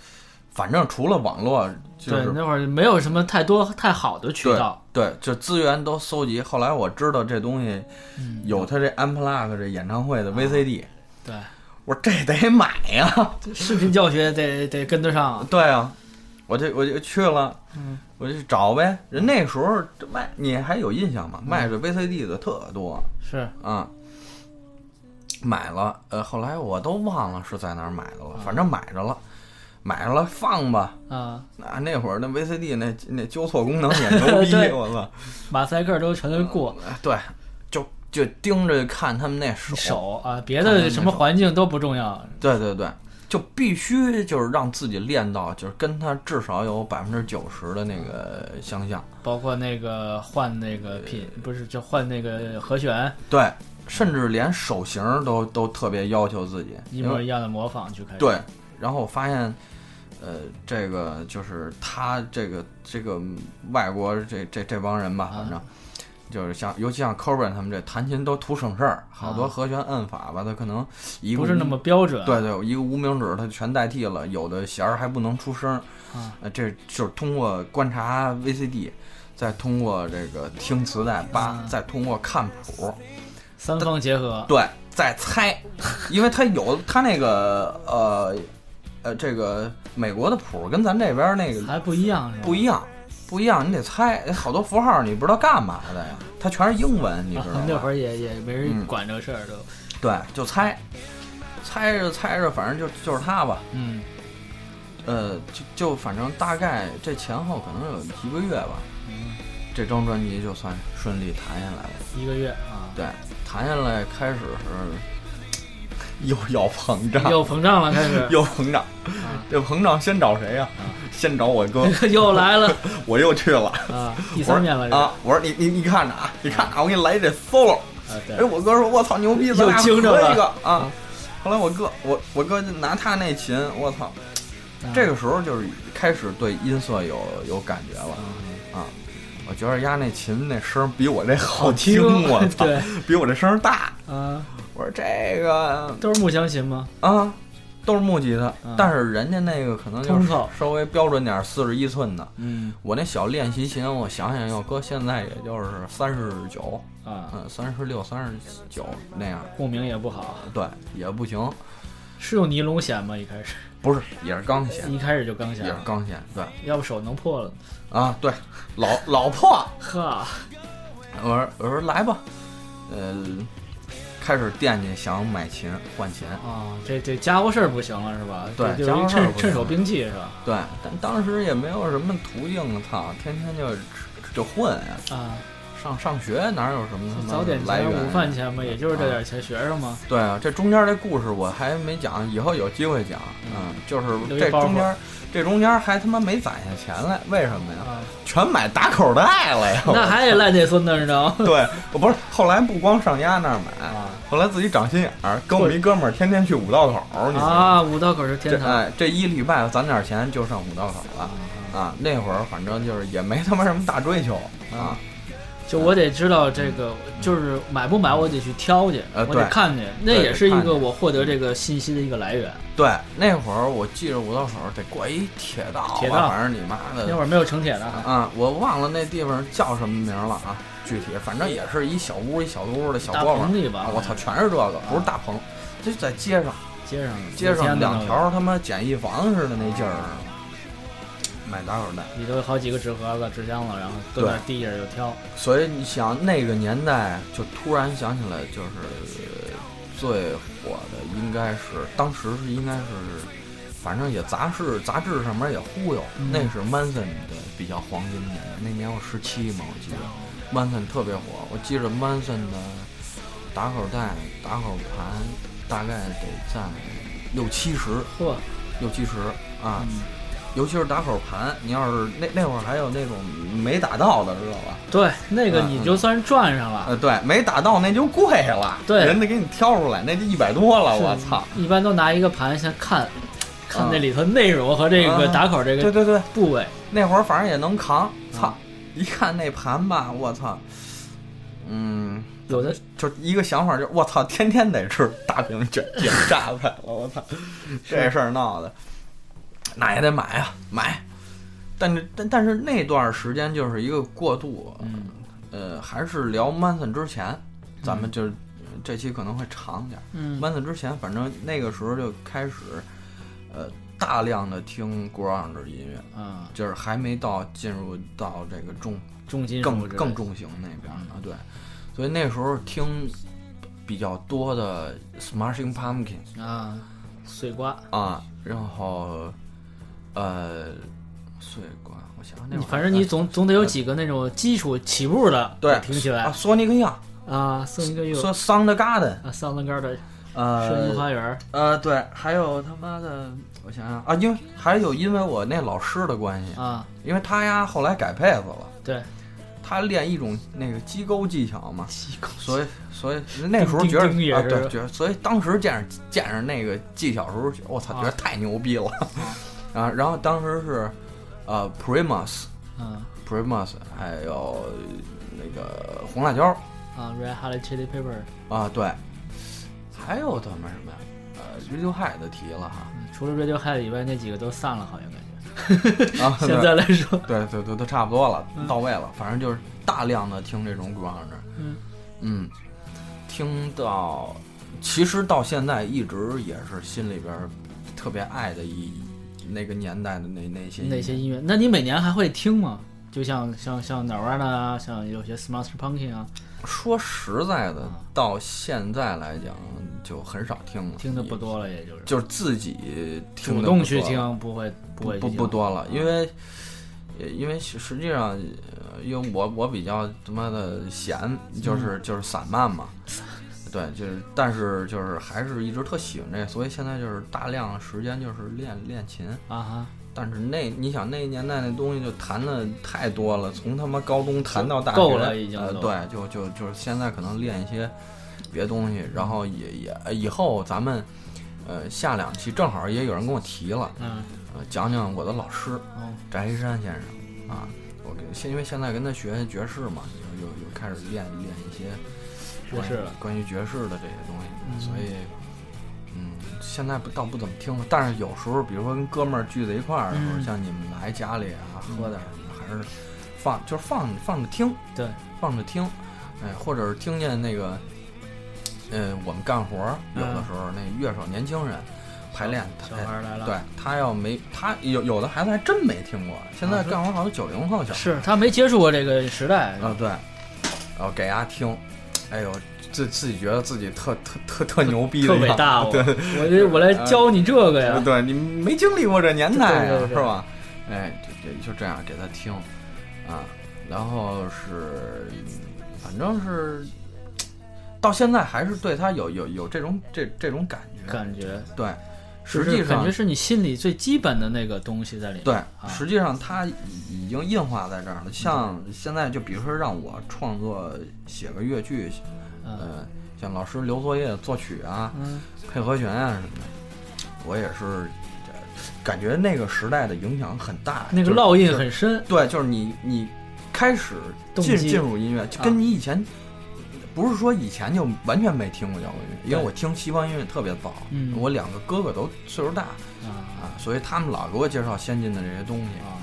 [SPEAKER 2] 反正除了网络，就
[SPEAKER 1] 对，
[SPEAKER 2] 是
[SPEAKER 1] 那会儿没有什么太多太好的渠
[SPEAKER 2] 对
[SPEAKER 1] 道，
[SPEAKER 2] 对，就资源都搜集。后来我知道这东西
[SPEAKER 1] 嗯
[SPEAKER 2] 有他这 Unplug 这演唱会
[SPEAKER 1] 啊
[SPEAKER 2] 的 VCD，、
[SPEAKER 1] 对，
[SPEAKER 2] 我说这得买呀、
[SPEAKER 1] 这视频教学得得跟得上啊。
[SPEAKER 2] <laughs> 对啊，我就我就去了，我就去找呗。人那时候这卖你还有印象吗？卖这 VCD 的特多。
[SPEAKER 1] 是，
[SPEAKER 2] 啊，买了，呃，后来我都忘了是在哪儿买的了，反正买着了，买着了放吧。
[SPEAKER 1] 啊，
[SPEAKER 2] 那那会儿那 VCD 那那纠错功能也牛
[SPEAKER 1] 对
[SPEAKER 2] 逼，我操！ <laughs>
[SPEAKER 1] 马赛克都全都过
[SPEAKER 2] 哎对，就就盯着看他们那手，
[SPEAKER 1] 手啊，别
[SPEAKER 2] 看他
[SPEAKER 1] 的
[SPEAKER 2] 们
[SPEAKER 1] 什
[SPEAKER 2] 那
[SPEAKER 1] 么
[SPEAKER 2] 手
[SPEAKER 1] 环境都不重要。
[SPEAKER 2] 对对对，就必须就是让自己练到，就是跟他至少有百分之九十的那个相像。
[SPEAKER 1] 包括那个换那个品，不是就换那个和弦，
[SPEAKER 2] 对，甚至连手型儿都都特别要求自己，
[SPEAKER 1] 一
[SPEAKER 2] 因为
[SPEAKER 1] 模一样的模仿就开始。
[SPEAKER 2] 对，然后我发现，呃，这个就是他这个这个外国这这这帮人吧，
[SPEAKER 1] 啊
[SPEAKER 2] 反正、就是像尤其像 Corbin 他们这弹琴都图省事儿，好多
[SPEAKER 1] 啊
[SPEAKER 2] 和弦摁法吧，他可能一个
[SPEAKER 1] 不是
[SPEAKER 2] 无
[SPEAKER 1] 那么标准。
[SPEAKER 2] 对对，一个无名指他全代替了，有的弦儿还不能出声儿，
[SPEAKER 1] 啊
[SPEAKER 2] 呃，这就是通过观察 VCD。再通过这个听磁带扒，
[SPEAKER 1] 啊
[SPEAKER 2] 再通过看谱，
[SPEAKER 1] 三方结合。
[SPEAKER 2] 对，在猜，因为他有他那个呃呃这个美国的谱跟咱这边那个
[SPEAKER 1] 还不一样是吧？
[SPEAKER 2] 不一样，不一样，你得猜，好多符号你不知道干嘛的呀，它全是英文，你知道
[SPEAKER 1] 啊 <laughs> 那会
[SPEAKER 2] 吗？
[SPEAKER 1] 儿也也没
[SPEAKER 2] 嗯
[SPEAKER 1] 人管这事儿都，
[SPEAKER 2] 对，就猜，猜着猜着，反正就就是他吧，
[SPEAKER 1] 嗯
[SPEAKER 2] 呃，就就反正大概这前后可能有一个月吧，
[SPEAKER 1] 嗯，
[SPEAKER 2] 这张专辑就算顺利谈下来了。
[SPEAKER 1] 一个月啊，
[SPEAKER 2] 对，谈下来开始是又要膨胀，
[SPEAKER 1] 又膨胀了，开始
[SPEAKER 2] 啊又膨胀，这膨胀先找谁呀、
[SPEAKER 1] 嗯
[SPEAKER 2] 先找我
[SPEAKER 1] <laughs>
[SPEAKER 2] 哥，
[SPEAKER 1] <laughs> 又来了
[SPEAKER 2] 我又去了。
[SPEAKER 1] 啊，第三面了
[SPEAKER 2] 我
[SPEAKER 1] 这
[SPEAKER 2] 说啊！我说你你你看着啊，你看啊，我给你来一这 solo。
[SPEAKER 1] 啊对
[SPEAKER 2] 哎，我哥说我操牛逼，咱俩
[SPEAKER 1] 又精着
[SPEAKER 2] 合
[SPEAKER 1] 了嗯
[SPEAKER 2] 一个啊！后来我哥我我哥就拿他那琴，我操，
[SPEAKER 1] 啊
[SPEAKER 2] 这个时候就是开始对音色有有感觉了啊！我觉得压那琴那声儿比我这好听，
[SPEAKER 1] 听
[SPEAKER 2] 我操
[SPEAKER 1] <laughs> 对，
[SPEAKER 2] 比我这声儿大。
[SPEAKER 1] 啊，
[SPEAKER 2] 我说这个
[SPEAKER 1] 都是木箱琴吗？
[SPEAKER 2] 啊，都是木吉他，
[SPEAKER 1] 嗯
[SPEAKER 2] 但是人家那个可能就
[SPEAKER 1] 通
[SPEAKER 2] 是
[SPEAKER 1] 透
[SPEAKER 2] 稍微标准点，四十一寸的。
[SPEAKER 1] 嗯
[SPEAKER 2] 我那小练习琴，我想想，要搁现在也就是三十九，
[SPEAKER 1] 啊，
[SPEAKER 2] 嗯，三十六、三十九那样，
[SPEAKER 1] 共鸣也不好，
[SPEAKER 2] 对，也不行。
[SPEAKER 1] 是用尼龙弦吗？一开始
[SPEAKER 2] 不是，也是钢弦，
[SPEAKER 1] 一开始就钢
[SPEAKER 2] 也
[SPEAKER 1] 弦
[SPEAKER 2] 是
[SPEAKER 1] 了，
[SPEAKER 2] 钢弦，对，
[SPEAKER 1] 要不手能破了。
[SPEAKER 2] 啊，对，老老破。
[SPEAKER 1] 呵，
[SPEAKER 2] 我说我说来吧，呃，开始惦记想买琴换琴，
[SPEAKER 1] 啊，这这家伙事儿不行了是吧？
[SPEAKER 2] 对
[SPEAKER 1] 这就
[SPEAKER 2] 家伙
[SPEAKER 1] 是
[SPEAKER 2] 事儿
[SPEAKER 1] 趁
[SPEAKER 2] 不行
[SPEAKER 1] 趁手兵器是吧？
[SPEAKER 2] 对，但当时也没有什么途径，操，天天就吃就混呀、
[SPEAKER 1] 啊，
[SPEAKER 2] 上上学哪有什么他妈
[SPEAKER 1] 早点
[SPEAKER 2] 来
[SPEAKER 1] 钱、
[SPEAKER 2] 源啊
[SPEAKER 1] 午饭钱嘛，也就是这点钱，学生嘛。
[SPEAKER 2] 对啊，这中间这故事我还没讲，以后有机会讲。嗯，就是
[SPEAKER 1] 留一
[SPEAKER 2] 这
[SPEAKER 1] 包袱
[SPEAKER 2] 中间，这中间还他妈没攒下钱来，为什么呀？ <laughs>
[SPEAKER 1] 啊，
[SPEAKER 2] 全买打口袋了呀！
[SPEAKER 1] 那还得赖这孙子儿呢。
[SPEAKER 2] <laughs> 对，我不是后来不光上丫那儿买，
[SPEAKER 1] 啊
[SPEAKER 2] 后来自己长心眼儿，跟我们一哥们儿天天去五道口儿，你知道吗？
[SPEAKER 1] <laughs> 啊，五道口是天
[SPEAKER 2] 这
[SPEAKER 1] 堂。
[SPEAKER 2] 哎，这一礼拜攒点钱就上五道口了
[SPEAKER 1] 嗯
[SPEAKER 2] 啊！那会儿反正就是也没他妈什么大追求
[SPEAKER 1] 嗯
[SPEAKER 2] 啊，
[SPEAKER 1] 就我得知道这个，就是买不买，我得去挑去，
[SPEAKER 2] 呃
[SPEAKER 1] 我得
[SPEAKER 2] 对
[SPEAKER 1] 看去，那
[SPEAKER 2] 对
[SPEAKER 1] 也是一
[SPEAKER 2] 看去
[SPEAKER 1] 个我获得这个信息的一个来源。
[SPEAKER 2] 对，那会儿我记着五道口得过一铁道吧，
[SPEAKER 1] 铁道
[SPEAKER 2] 反正你妈的
[SPEAKER 1] 那会儿没有城铁呢，还
[SPEAKER 2] 啊，我忘了那地方叫什么名了啊，具体反正也是一小屋一小屋的小
[SPEAKER 1] 大
[SPEAKER 2] 窝
[SPEAKER 1] 棚
[SPEAKER 2] 棚。
[SPEAKER 1] 里吧
[SPEAKER 2] 啊，我操，全是这个，不是大棚，这在街上，
[SPEAKER 1] 街上
[SPEAKER 2] 街上
[SPEAKER 1] 天的那
[SPEAKER 2] 两
[SPEAKER 1] 个
[SPEAKER 2] 条他妈简易房似的那劲儿，啊买打口袋。
[SPEAKER 1] 里头有好几个纸盒子、纸箱子，然后搁那儿递着就挑。
[SPEAKER 2] 所以你想那个年代，就突然想起来，就是最火的应该是当时是应该是，反正也杂志杂志上面也忽悠，
[SPEAKER 1] 嗯
[SPEAKER 2] 那是 Manson 的比较黄金年代，那年我十七嘛，我记得 Manson 特别火，我记着 Manson 的打口袋、打口盘大概得在六七十、
[SPEAKER 1] 嚯，
[SPEAKER 2] 六七十啊。
[SPEAKER 1] 嗯
[SPEAKER 2] 尤其是打口盘，你要是那那会儿还有那种没打到的，知道吧？
[SPEAKER 1] 对，那个
[SPEAKER 2] 嗯
[SPEAKER 1] 你
[SPEAKER 2] 嗯
[SPEAKER 1] 就算是赚上了，
[SPEAKER 2] 呃，对，没打到那就贵了，
[SPEAKER 1] 对
[SPEAKER 2] 人家给你挑出来，那就一百多了，
[SPEAKER 1] 是
[SPEAKER 2] 嗯我操！！
[SPEAKER 1] 一般都拿一个盘先看，看那里头内容和这个
[SPEAKER 2] 啊
[SPEAKER 1] 打口这个
[SPEAKER 2] 对对对，
[SPEAKER 1] 部位，
[SPEAKER 2] 那会儿反正也能扛，操
[SPEAKER 1] 啊！
[SPEAKER 2] 一看那盘吧，我操，嗯，
[SPEAKER 1] 有的
[SPEAKER 2] 就一个想法就是我操， <laughs> 天天得吃大饼卷卷榨菜了，我操，这事儿闹的，那也得买啊，买。但是但但是那段时间就是一个过渡，
[SPEAKER 1] 嗯
[SPEAKER 2] 呃，还是聊 Manson 之前，咱们就是这期可能会长点儿。
[SPEAKER 1] 嗯
[SPEAKER 2] Manson 之前，反正那个时候就开始，呃，大量的听 grunge 音乐，
[SPEAKER 1] 啊，
[SPEAKER 2] 就是还没到进入到这个重
[SPEAKER 1] 重金属
[SPEAKER 2] 更
[SPEAKER 1] 之类
[SPEAKER 2] 更重型那边儿呢，对，所以那时候听比较多的 Smashing Pumpkins
[SPEAKER 1] 啊，碎瓜，
[SPEAKER 2] 啊，然后呃，碎瓜，我想想那会儿嗯
[SPEAKER 1] 反正你总总得有几个那种基础起步的，
[SPEAKER 2] 对
[SPEAKER 1] 听起
[SPEAKER 2] 啊
[SPEAKER 1] 来
[SPEAKER 2] ，Sonic Youth
[SPEAKER 1] 啊，送一个又
[SPEAKER 2] 说 Sound Garden，
[SPEAKER 1] 啊，三棱杆的声音
[SPEAKER 2] 呃
[SPEAKER 1] 花园，
[SPEAKER 2] 呃，对，还有他妈的，我想想啊，因为还有因为我那老师的关系，
[SPEAKER 1] 啊，
[SPEAKER 2] 因为他呀后来改配子了，
[SPEAKER 1] 对，
[SPEAKER 2] 他练一种那个击钩技巧嘛，
[SPEAKER 1] 机构
[SPEAKER 2] 所以所以那时候觉得
[SPEAKER 1] 钉钉也
[SPEAKER 2] 啊，
[SPEAKER 1] 是
[SPEAKER 2] 对，觉得所以当时见着见着那个技巧的时候，我操，
[SPEAKER 1] 啊
[SPEAKER 2] 觉得太牛逼了 <laughs> 啊！然后当时是呃，Primus、
[SPEAKER 1] 嗯
[SPEAKER 2] Primus，还有那个红辣椒
[SPEAKER 1] 啊，Red Hot Chili Pepper，
[SPEAKER 2] 啊，对，还有他们什么呀？呃，Radiohead 的题了哈 <laughs>
[SPEAKER 1] 嗯除了 Radiohead 以外，那几个都散了，好像感觉。
[SPEAKER 2] 啊，
[SPEAKER 1] 现在来说，
[SPEAKER 2] 对对对，都差不多了
[SPEAKER 1] 嗯，
[SPEAKER 2] 到位了。反正就是大量的听这种 grunge，
[SPEAKER 1] 嗯
[SPEAKER 2] 嗯，听到，其实到现在一直也是心里边儿特别爱的一那个年代的那那些
[SPEAKER 1] 那些音乐，那你每年还会听吗？就像像像 Nirvana 啊，像有些 Smash Pumpkin 啊，
[SPEAKER 2] 说实在的
[SPEAKER 1] 啊，
[SPEAKER 2] 到现在来讲就很少听了，
[SPEAKER 1] 听的不，多了，也就是
[SPEAKER 2] 就是自己听
[SPEAKER 1] 主
[SPEAKER 2] 得
[SPEAKER 1] 动
[SPEAKER 2] 不
[SPEAKER 1] 去
[SPEAKER 2] 多了
[SPEAKER 1] 听，不会
[SPEAKER 2] 不
[SPEAKER 1] 会
[SPEAKER 2] 不
[SPEAKER 1] 去嗯
[SPEAKER 2] 不
[SPEAKER 1] 听
[SPEAKER 2] 多了，因为也因为实实际上，呃因为我我比较他妈的闲，
[SPEAKER 1] 嗯
[SPEAKER 2] 就是就是散漫嘛，对，就是但是就是还是一直特喜欢这个，所以现在就是大量的时间就是练练琴，
[SPEAKER 1] 啊哈，
[SPEAKER 2] 但是那你想那年代那东西就弹的太多了，从他妈高中弹到大学
[SPEAKER 1] 够了已经
[SPEAKER 2] 呃，
[SPEAKER 1] 都
[SPEAKER 2] 对，就就就是现在可能练一些别东西，然后也也呃以后咱们呃下两期正好也有人跟我提了。
[SPEAKER 1] 嗯
[SPEAKER 2] 呃，讲讲我的老师
[SPEAKER 1] 哦
[SPEAKER 2] 翟一山先生啊，我跟现因为现在跟他学爵士嘛，又又又开始练练一些
[SPEAKER 1] 爵士了
[SPEAKER 2] 关于关于爵士的这些东西，
[SPEAKER 1] 嗯
[SPEAKER 2] 所以嗯，现在不倒不怎么听了，但是有时候比如说跟哥们儿聚在一块儿的时候，
[SPEAKER 1] 嗯
[SPEAKER 2] 像你们来家里啊喝点儿什么，还是放就是放放着听，
[SPEAKER 1] 对，
[SPEAKER 2] 放着听，哎，或者是听见那个。呃，我们干活儿有的
[SPEAKER 1] 嗯
[SPEAKER 2] 时候那乐手年轻人排练，他
[SPEAKER 1] 小孩儿来了，
[SPEAKER 2] 哎对他要没他有有的孩子还真没听过，现在
[SPEAKER 1] 啊是
[SPEAKER 2] 干活好像九零后小孩
[SPEAKER 1] 是他没接触过这个时代，
[SPEAKER 2] 啊对，然后给伢听，哎呦自自己觉得自己特特特特牛逼的
[SPEAKER 1] 特
[SPEAKER 2] 样
[SPEAKER 1] 伟
[SPEAKER 2] 子，
[SPEAKER 1] 大，我
[SPEAKER 2] <laughs> 对啊
[SPEAKER 1] 我这我来教你这个呀，
[SPEAKER 2] 对，你没经历过这年
[SPEAKER 1] 对对
[SPEAKER 2] 代啊，
[SPEAKER 1] 对
[SPEAKER 2] 是
[SPEAKER 1] 对
[SPEAKER 2] 吧？哎，这这就这样给他听啊，然后是，反正是到现在还是对他有有有这种这这种感觉，
[SPEAKER 1] 感觉
[SPEAKER 2] 对，
[SPEAKER 1] 就
[SPEAKER 2] 实
[SPEAKER 1] 是
[SPEAKER 2] 际
[SPEAKER 1] 感
[SPEAKER 2] 上
[SPEAKER 1] 觉是你心里最基本的那个东西在里面。
[SPEAKER 2] 对
[SPEAKER 1] 啊，嗯
[SPEAKER 2] 实际上它已已经印化在这儿了。像现在就比如说让我创作写个乐剧，
[SPEAKER 1] 嗯
[SPEAKER 2] 呃，像老师留作业作曲啊、
[SPEAKER 1] 嗯
[SPEAKER 2] 配合弦啊什么的，我也是呃感觉那个时代的影响很大，
[SPEAKER 1] 那个
[SPEAKER 2] 就是
[SPEAKER 1] 烙印
[SPEAKER 2] 就是
[SPEAKER 1] 很深。
[SPEAKER 2] 对，就是你你开始
[SPEAKER 1] 动
[SPEAKER 2] 进
[SPEAKER 1] 机
[SPEAKER 2] 进入音乐，就
[SPEAKER 1] 啊
[SPEAKER 2] 跟你以前、不是说以前就完全没听过摇滚乐，因为
[SPEAKER 1] 对
[SPEAKER 2] 我听西方音乐特别早，
[SPEAKER 1] 嗯
[SPEAKER 2] 我两个哥哥都岁数大
[SPEAKER 1] 啊
[SPEAKER 2] 啊，所以他们老给我介绍先进的这些东西。
[SPEAKER 1] 啊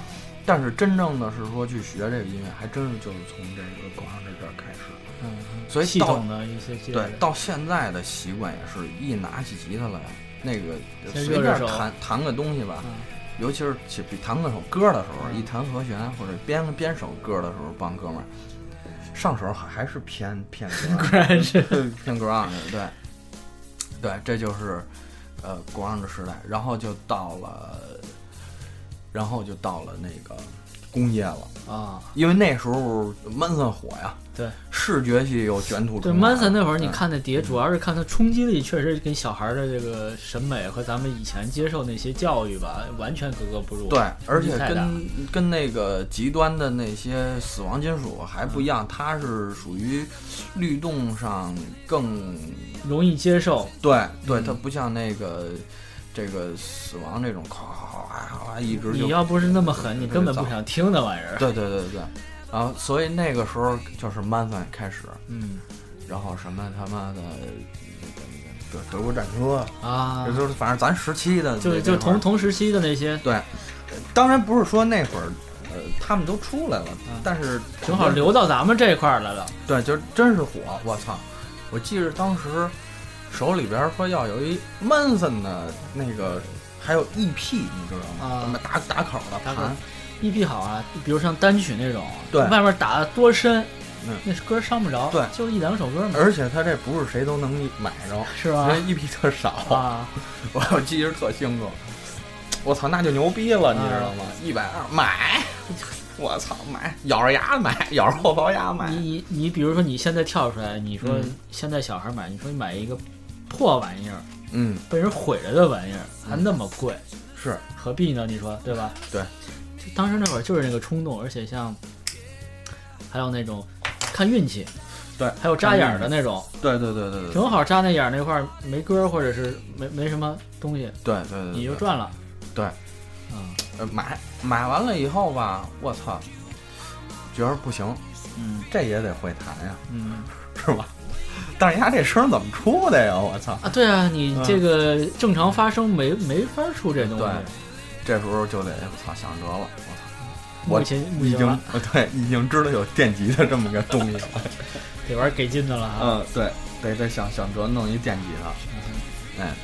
[SPEAKER 2] 但是真正的是说去学这个音乐，还真是就是从这个广上这这儿开始。
[SPEAKER 1] 嗯，
[SPEAKER 2] 所以
[SPEAKER 1] 系
[SPEAKER 2] 到
[SPEAKER 1] 统的一些积累
[SPEAKER 2] 对，到现在的习惯也是一拿起吉他来，那个
[SPEAKER 1] 先
[SPEAKER 2] 随
[SPEAKER 1] 热热
[SPEAKER 2] 便
[SPEAKER 1] 手
[SPEAKER 2] 弹弹个东西吧，
[SPEAKER 1] 嗯
[SPEAKER 2] 尤其是起弹个首歌的时候，
[SPEAKER 1] 嗯
[SPEAKER 2] 一弹和弦或者编编首歌的时候，帮哥们儿上手还还是偏偏
[SPEAKER 1] <laughs>
[SPEAKER 2] grunge，偏 <laughs> grunge，对，对，这就是呃 grunge 时代，然后就到了，然后就到了那个工业了，
[SPEAKER 1] 啊，
[SPEAKER 2] 因为那时候 Manson 火呀，
[SPEAKER 1] 对
[SPEAKER 2] 视觉系又卷土
[SPEAKER 1] 对
[SPEAKER 2] 重来了
[SPEAKER 1] ，Manson 那会儿你
[SPEAKER 2] 嗯
[SPEAKER 1] 看那碟，主要是看他冲击力，确实跟小孩儿的这个审美和咱们以前接受那些教育吧，完全格格不入。
[SPEAKER 2] 对，而
[SPEAKER 1] 冲击
[SPEAKER 2] 且
[SPEAKER 1] 太大
[SPEAKER 2] 跟跟那个极端的那些死亡金属还不一样，它是属于律动上更
[SPEAKER 1] 容易接受，
[SPEAKER 2] 对对，
[SPEAKER 1] 嗯
[SPEAKER 2] 它不像那个这个死亡这种哗哗哗哗哗一直就
[SPEAKER 1] 你要不是那么狠，你根本不
[SPEAKER 2] 就
[SPEAKER 1] 想听那玩意儿。
[SPEAKER 2] 对对对对，然后所以那个时候就是 Manson 开始，
[SPEAKER 1] 嗯
[SPEAKER 2] 然后什么他妈的。德德国战车，
[SPEAKER 1] 啊
[SPEAKER 2] 这，就是反正咱时期的
[SPEAKER 1] 就
[SPEAKER 2] 那
[SPEAKER 1] 就
[SPEAKER 2] 那会儿
[SPEAKER 1] 同同时期的那些，
[SPEAKER 2] 对，当然不是说那会儿，呃，他们都出来了，
[SPEAKER 1] 嗯
[SPEAKER 2] 但是
[SPEAKER 1] 正好流到咱们这块儿来了。
[SPEAKER 2] 对，就真是火！我操！我记着当时手里边说要有一 Manson 的那个，还有 EP，你知道吗？
[SPEAKER 1] 啊
[SPEAKER 2] 什么打打口的
[SPEAKER 1] 打口
[SPEAKER 2] 盘，
[SPEAKER 1] EP 好啊，比如像单曲那种，
[SPEAKER 2] 对
[SPEAKER 1] 外面打得多深，
[SPEAKER 2] 嗯
[SPEAKER 1] 那歌伤不着，
[SPEAKER 2] 对
[SPEAKER 1] 就一两首歌嘛，
[SPEAKER 2] 而且他这不是谁都能买着，
[SPEAKER 1] 是吧
[SPEAKER 2] 因为？EP 特少，
[SPEAKER 1] 啊，
[SPEAKER 2] 我我记着特清楚。我操，那就牛逼了，你知道
[SPEAKER 1] 啊
[SPEAKER 2] 吗？一百二买， <laughs> 我操买，咬着牙买，咬着后槽牙买
[SPEAKER 1] 你。你你，比如说你现在跳出来，你说
[SPEAKER 2] 嗯
[SPEAKER 1] 现在小孩买，你说你买一个破玩意儿，
[SPEAKER 2] 嗯，
[SPEAKER 1] 被人毁了的玩意儿，还那么贵，
[SPEAKER 2] 是
[SPEAKER 1] 何必呢？你说对吧？
[SPEAKER 2] 嗯对，
[SPEAKER 1] 就当时那会儿就是那个冲动，而且像还有那种看运气，
[SPEAKER 2] 对，
[SPEAKER 1] 还有扎眼儿的那种，
[SPEAKER 2] 对对对对对
[SPEAKER 1] 正好扎那眼儿那块儿没歌儿或者是没没什么东西，
[SPEAKER 2] 对对对，
[SPEAKER 1] 你就
[SPEAKER 2] 对
[SPEAKER 1] 赚了。
[SPEAKER 2] 对。
[SPEAKER 1] 嗯
[SPEAKER 2] 呃，买买完了以后吧，我操，觉得不行，
[SPEAKER 1] 嗯
[SPEAKER 2] 这也得会弹呀， <laughs>
[SPEAKER 1] 嗯
[SPEAKER 2] 是吧？但是人家这声儿怎么出的呀？我操！
[SPEAKER 1] 啊，对啊，你
[SPEAKER 2] 嗯
[SPEAKER 1] 这个正常发声没没法出这东西
[SPEAKER 2] 对。这时候就得我操想辙了，我我
[SPEAKER 1] 目前
[SPEAKER 2] 操，
[SPEAKER 1] 目
[SPEAKER 2] 已
[SPEAKER 1] 前
[SPEAKER 2] 经呃对已经知道有电吉的这么个东西 <laughs> 了，
[SPEAKER 1] 得玩给劲的了啊。
[SPEAKER 2] 嗯，对，得得想想辙弄一电吉他，
[SPEAKER 1] 嗯
[SPEAKER 2] 哎，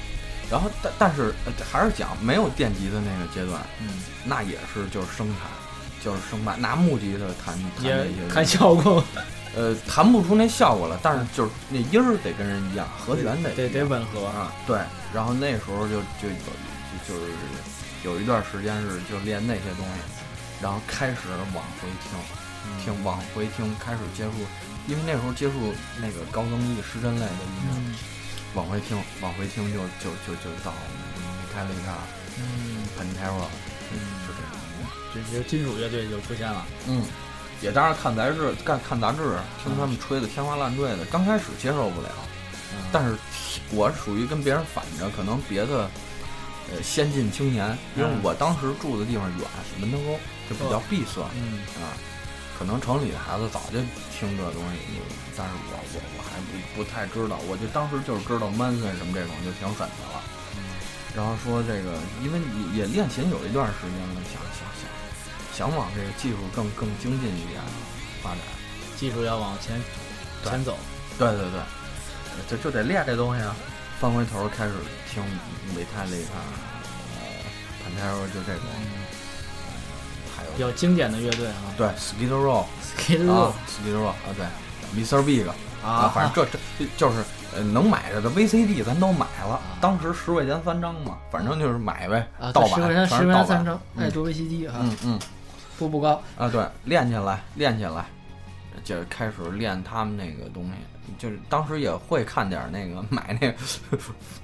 [SPEAKER 2] 然后但但是呃还是讲没有电吉的那个阶段，
[SPEAKER 1] 嗯，
[SPEAKER 2] 那也是就是生产，就是生产拿木吉他弹弹
[SPEAKER 1] 嗯也
[SPEAKER 2] 那些东西
[SPEAKER 1] 看效果，
[SPEAKER 2] 呃，弹不出那效果了，但是就是那音儿得跟人一样，和弦得
[SPEAKER 1] 得
[SPEAKER 2] 一
[SPEAKER 1] 得
[SPEAKER 2] 样
[SPEAKER 1] 吻合。
[SPEAKER 2] 啊，对。然后那时候就就有就就是有一段时间是就练那些东西，然后开始往回
[SPEAKER 1] 嗯
[SPEAKER 2] 听，听往回听，开始接触，因为那时候接触那个高增益失真类的音乐，
[SPEAKER 1] 嗯
[SPEAKER 2] 往回听，往回听就就就就到米开利卡、
[SPEAKER 1] 嗯
[SPEAKER 2] Pantera
[SPEAKER 1] 嗯
[SPEAKER 2] 就这样。
[SPEAKER 1] 这这金属乐队就出现了。
[SPEAKER 2] 嗯，也当然看杂志，看看杂志，听他们吹的天花乱坠的，刚开始接受不了，嗯
[SPEAKER 1] 嗯
[SPEAKER 2] 但是我属于跟别人反着，可能别的呃先进青年，因为
[SPEAKER 1] 嗯
[SPEAKER 2] 我当时住的地方远，门头沟就比较闭塞、
[SPEAKER 1] 嗯
[SPEAKER 2] 啊，可能城里的孩子早就听这东西，你但是我我我还不不太知道，我就当时就是知道 Manson 什么这种就挺狠的了。
[SPEAKER 1] 嗯
[SPEAKER 2] 然后说这个，因为你也练琴有一段时间了，想想想想往这个技术更更精进一点发展。
[SPEAKER 1] 技术要往前
[SPEAKER 2] 对
[SPEAKER 1] 前走。
[SPEAKER 2] 对对对，就就得练这东西啊。翻回头开始听美泰利卡、啊呃，潘泰罗就这种，
[SPEAKER 1] 嗯
[SPEAKER 2] 还
[SPEAKER 1] 比
[SPEAKER 2] 有
[SPEAKER 1] 较经典的乐队啊
[SPEAKER 2] 对 Skid Row
[SPEAKER 1] ，Skid Row
[SPEAKER 2] 啊，Skid Row 啊，对，Mr. Big 啊，反正这这就是呃能买着的 VCD 咱都买了，当时十块钱三张嘛，反正就是买呗
[SPEAKER 1] 啊，，
[SPEAKER 2] 盗
[SPEAKER 1] 十
[SPEAKER 2] 版
[SPEAKER 1] 块钱
[SPEAKER 2] 全
[SPEAKER 1] 十
[SPEAKER 2] 是
[SPEAKER 1] 块
[SPEAKER 2] 盗
[SPEAKER 1] 钱三
[SPEAKER 2] 版
[SPEAKER 1] 张，，爱哎
[SPEAKER 2] 嗯
[SPEAKER 1] 多维 CD 啊，
[SPEAKER 2] 嗯嗯，
[SPEAKER 1] 步步高。
[SPEAKER 2] 啊，对，练起来，练起来，就开始练他们那个东西。就是当时也会看点儿那个，买那个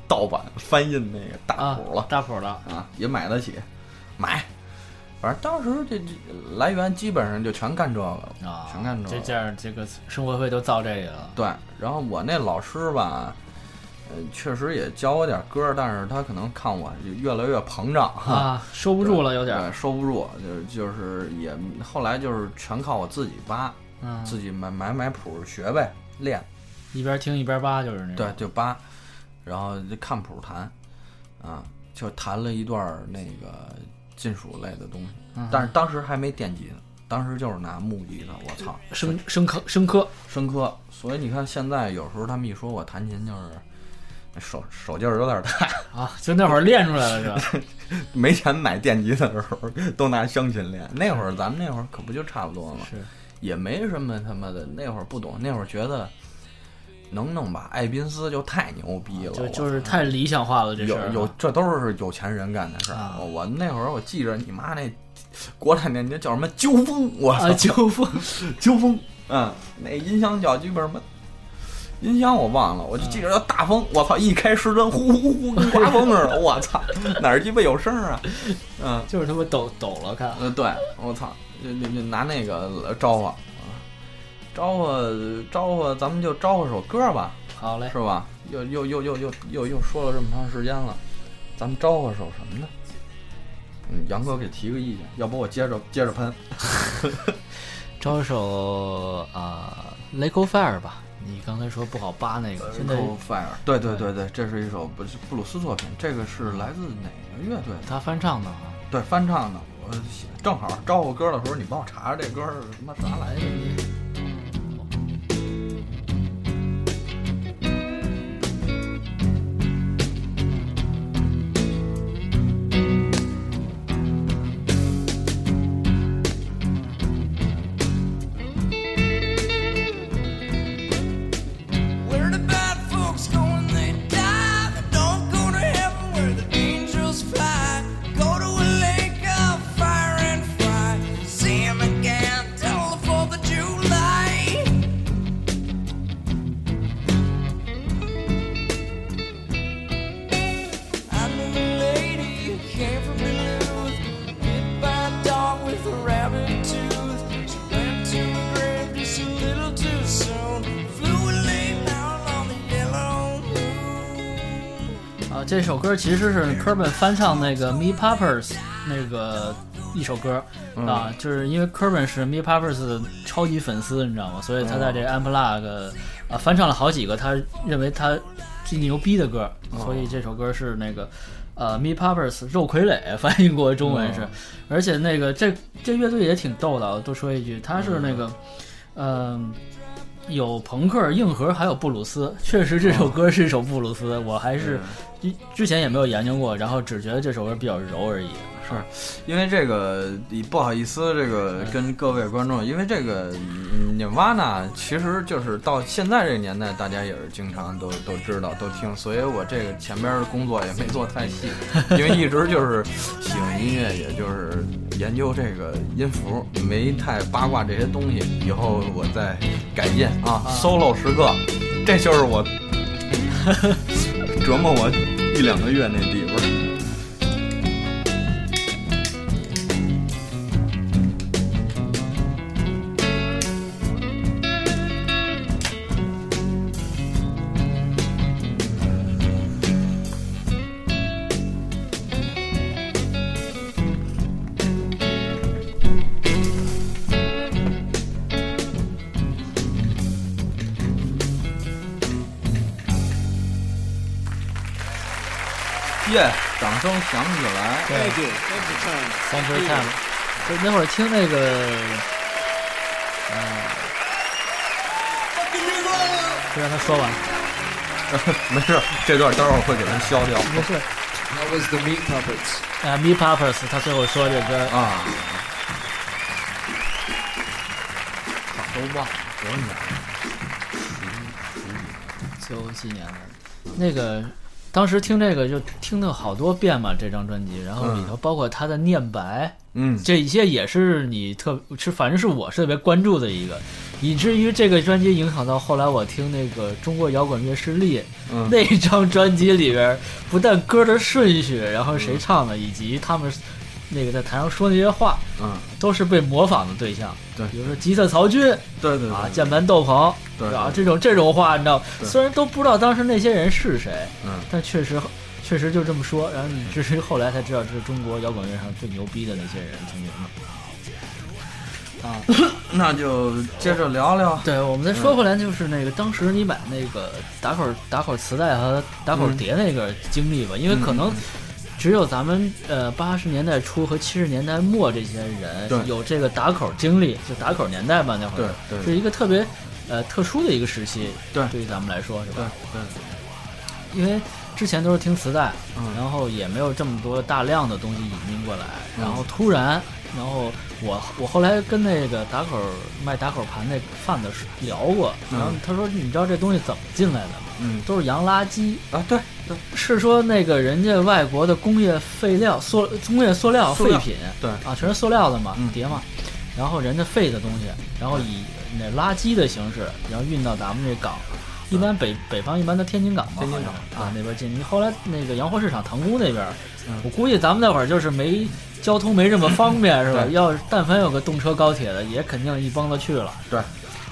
[SPEAKER 2] 盗版翻印那个大
[SPEAKER 1] 啊
[SPEAKER 2] 谱了，
[SPEAKER 1] 大谱了，
[SPEAKER 2] 啊，也买得起，买。反正当时这这来源基本上就全干这个了，
[SPEAKER 1] 啊，
[SPEAKER 2] 全干这
[SPEAKER 1] 这
[SPEAKER 2] 个。
[SPEAKER 1] 这样这个生活费都造这里了。
[SPEAKER 2] 对，然后我那老师吧，呃，确实也教我点歌，但是他可能看我就越来越膨胀，
[SPEAKER 1] 啊，收不住了，有点
[SPEAKER 2] 对，
[SPEAKER 1] 儿，
[SPEAKER 2] 收不住，就是就是也后来就是全靠我自己扒，
[SPEAKER 1] 嗯，
[SPEAKER 2] 自己买买买谱学呗，练，
[SPEAKER 1] 一边听一边扒，就是那种。
[SPEAKER 2] 对，就扒，然后就看谱弹，啊，就弹了一段儿那个金属类的东西，
[SPEAKER 1] 嗯
[SPEAKER 2] 但是当时还没电吉他，当时就是拿木吉他，我操，
[SPEAKER 1] 生生科生科，
[SPEAKER 2] 深刻。所以你看，现在有时候他们一说我弹琴，就是手手劲儿有点大，
[SPEAKER 1] 啊，就那会儿练出来了是吧？
[SPEAKER 2] 没钱买电吉他的时候都拿湘琴练。那会儿咱们那会儿可不就差不多吗？
[SPEAKER 1] 是，
[SPEAKER 2] 也没什么他妈的，那会儿不懂，那会儿觉得能弄把艾宾斯就太牛逼了，
[SPEAKER 1] 啊就
[SPEAKER 2] 我
[SPEAKER 1] 就是太理想化了这事
[SPEAKER 2] 有
[SPEAKER 1] 儿啊。
[SPEAKER 2] 有，这都是有钱人干的事儿、
[SPEAKER 1] 啊
[SPEAKER 2] 我我那会儿我记着你妈那国产电吉叫什么纠风，我操、
[SPEAKER 1] 啊，纠纷
[SPEAKER 2] 纠风，嗯，那音箱叫基本什么？音箱我忘了，我就记着叫大风，我操！一开失真，呼呼呼，跟刮风似的，我操，哪儿鸡巴有声儿啊？嗯，
[SPEAKER 1] 就是他妈抖抖了，看
[SPEAKER 2] 呃，对，我操，就就就拿那个招呼，啊招呼招呼，咱们就招呼首歌吧，
[SPEAKER 1] 好嘞
[SPEAKER 2] 是，吧？又又又又又又又说了这么长时间了，咱们招呼首什么呢？嗯，杨哥给提个意见，要不我接着接着喷。
[SPEAKER 1] 招手啊，Lake Fire 吧。你刚才说不好扒那个，呃现在
[SPEAKER 2] Fire，对对对对，这是一首不是布鲁斯作品，这个是来自哪个乐队的？
[SPEAKER 1] 他翻唱的啊。
[SPEAKER 2] 对，翻唱的。我正好招呼歌的时候，你帮我查查这歌是他妈啥来着？
[SPEAKER 3] Where the bad folks go when they die, they don't go to heaven where the angels fly. Go to a lake of fire and fry. See him again till the 4th of July. I knew a lady who came from Duluth, bit by a dog with a rabbit tooth. She went to the grave just a little too soon, flew away down on the yellow moon.
[SPEAKER 1] 啊，这首歌其实是科本翻唱那个 Me Poppers 那个一首歌、啊，就是因为科本是 Me Poppers 的超级粉丝，你知道吗？所以他在这 Unplug 啊翻唱了好几个他认为他最牛逼的歌，所以这首歌是那个。呃，Me Poppers 肉傀儡 <laughs> 翻译过中文是，
[SPEAKER 2] 哦
[SPEAKER 1] 而且那个这这乐队也挺逗的啊，我多说一句，他是那个，嗯、有朋克、硬核，还有布鲁斯。确实，这首歌是一首布鲁斯，我还是之之前也没有研究过，然后只觉得这首歌比较柔而已。
[SPEAKER 2] 是因为这个，你不好意思，这个跟各位观众，因为这个嗯 Nirvana 其实就是到现在这个年代，大家也是经常都都知道都听，所以我这个前边的工作也没做太细，因为一直就是喜欢音乐，也就是研究这个音符，没太八卦这些东西。以后我再改进啊，solo 时刻，这就是 <laughs> 我折磨我一两个月那地方。耶、掌声响起来。哎
[SPEAKER 4] Thank you. Thank you, China.
[SPEAKER 1] 三分 time，就那会儿听那个，嗯呃，就让他说完，
[SPEAKER 2] 没事，这段待会儿会给它消掉
[SPEAKER 1] 没事。
[SPEAKER 4] That was the meat puppets.
[SPEAKER 1] 啊，Me Poppers，他最后说这歌
[SPEAKER 2] 啊。都忘了多少年了？
[SPEAKER 1] 九几年的，那个当时听这个就听了好多遍嘛，这张专辑，然后
[SPEAKER 4] 嗯
[SPEAKER 1] 里头包括他的念白，
[SPEAKER 2] 嗯，
[SPEAKER 1] 这一些也是你特是反正是我是特别关注的一个，以至于这个专辑影响到后来我听那个中国摇滚乐势力、
[SPEAKER 2] 嗯
[SPEAKER 1] 那张专辑里边，不但歌的顺序，然后谁唱的，以及他们那个在台上说那些话，
[SPEAKER 2] 嗯，
[SPEAKER 1] 都是被模仿的对象。
[SPEAKER 2] 对
[SPEAKER 1] 比如说吉他曹军
[SPEAKER 2] 对对
[SPEAKER 1] 啊，
[SPEAKER 2] 对，
[SPEAKER 1] 键盘斗篷，
[SPEAKER 2] 对
[SPEAKER 1] 啊，这种这种话，你知道，
[SPEAKER 2] 对
[SPEAKER 1] 虽然都不知道当时那些人是谁，
[SPEAKER 2] 嗯，
[SPEAKER 1] 但确实确实就这么说。然后你至于后来才知道，这是中国摇滚乐上最牛逼的那些人曾经的。
[SPEAKER 2] 那就接着聊聊。
[SPEAKER 1] <laughs> 对，我们再说回来，就是那个当时你买那个打口打口磁带和打
[SPEAKER 2] 嗯
[SPEAKER 1] 口碟那个经历吧，因为可能只有咱们呃八十年代初和七十年代末这些
[SPEAKER 2] 对
[SPEAKER 1] 人有这个打口经历，就打口年代吧，那会儿
[SPEAKER 2] 对对
[SPEAKER 1] 是一个特别呃特殊的一个时期，
[SPEAKER 2] 对
[SPEAKER 1] 对于咱们来说是
[SPEAKER 2] 对
[SPEAKER 1] 吧？
[SPEAKER 2] 对，
[SPEAKER 1] 因为之前都是听磁带，
[SPEAKER 2] 嗯
[SPEAKER 1] 然后也没有这么多大量的东西引进过来，
[SPEAKER 2] 嗯
[SPEAKER 1] 然后突然，然后我我后来跟那个打口卖打口盘那贩子聊过，
[SPEAKER 2] 嗯
[SPEAKER 1] 然后他说你知道这东西怎么进来的吗？
[SPEAKER 2] 嗯
[SPEAKER 1] 都是洋垃圾，
[SPEAKER 2] 啊，对对
[SPEAKER 1] 是说那个人家外国的工业废料、塑工业塑料
[SPEAKER 2] 塑
[SPEAKER 1] 废
[SPEAKER 2] 料
[SPEAKER 1] 品
[SPEAKER 2] 对，
[SPEAKER 1] 啊，全是塑料的嘛
[SPEAKER 2] 嗯，
[SPEAKER 1] 碟嘛，然后人家废的东西，然后以那垃圾的形式，然后运到咱们这港。一般北北方一般都天津港嘛，
[SPEAKER 2] 天津港
[SPEAKER 1] 好像啊那边进。后来那个洋货市场塘沽那边
[SPEAKER 2] 嗯，
[SPEAKER 1] 我估计咱们那会儿就是没交通没这么方
[SPEAKER 2] <laughs>
[SPEAKER 1] 便是吧？
[SPEAKER 2] 对
[SPEAKER 1] 要是但凡有个动车高铁的，也肯定一帮子去了。
[SPEAKER 2] 对，